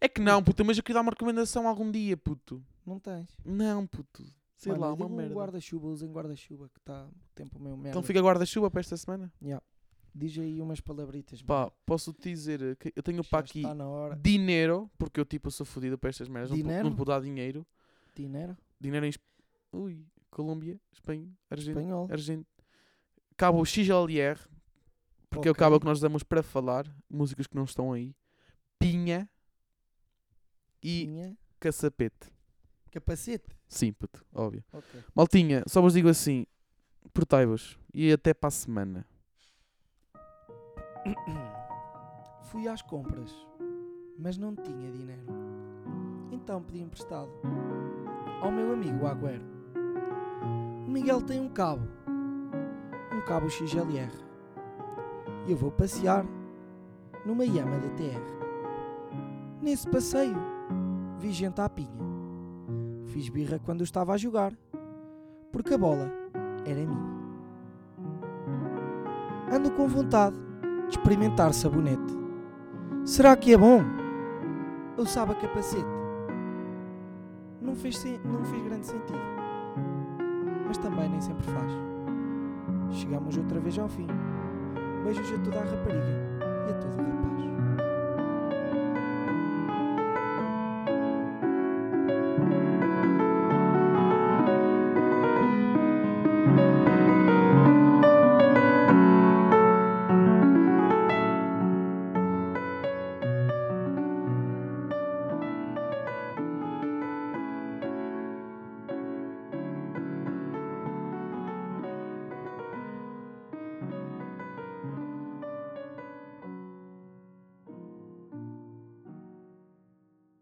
Speaker 3: É que não, puta, mas eu queria dar uma recomendação algum dia, puto.
Speaker 2: Não tens.
Speaker 3: Não, puto. Sei
Speaker 2: Olha,
Speaker 3: lá,
Speaker 2: eu
Speaker 3: uma
Speaker 2: digo um
Speaker 3: merda.
Speaker 2: guarda-chuva, usem guarda-chuva, que está o tempo meio merda.
Speaker 3: Então fica guarda-chuva para esta semana?
Speaker 2: Diz aí umas palabritas.
Speaker 3: Pá, posso-te dizer eh, que eu tenho
Speaker 2: mano.
Speaker 3: para
Speaker 2: Já
Speaker 3: aqui
Speaker 2: Está na hora.
Speaker 3: dinheiro, porque eu tipo sou fodido para estas merdas. Não,
Speaker 2: Dinero?
Speaker 3: pude não pude dar dinheiro.
Speaker 2: Dinheiro?
Speaker 3: Dinheiro em. Esp- Ui, Colômbia, Espanha, Argentina.
Speaker 2: Espanhol.
Speaker 3: Argentina. Cabo XLR, porque é o
Speaker 2: Ok.
Speaker 3: cabo que nós damos para falar, músicas que não estão aí. Pinha e
Speaker 2: Tinha
Speaker 3: caçapete.
Speaker 2: capacete.
Speaker 3: Sim, puto, óbvio.
Speaker 2: Ok.
Speaker 3: Maltinha, só vos digo assim: portai-vos e até para a semana.
Speaker 2: <coughs> Fui às compras, mas não tinha dinheiro. Então pedi emprestado ao meu amigo Agüero. O Miguel tem um cabo, um cabo XLR. E eu vou passear numa Yama DTR. Nesse passeio, vi gente à pinha. Fiz birra quando eu estava a jogar, porque a bola era minha. Ando com vontade de experimentar sabonete. Será que é bom? Ou sabe a capacete? Não fez, sen- não fez grande sentido. Mas também nem sempre faz. Chegamos outra vez ao fim. Beijos a toda a rapariga e a todo o rapaz.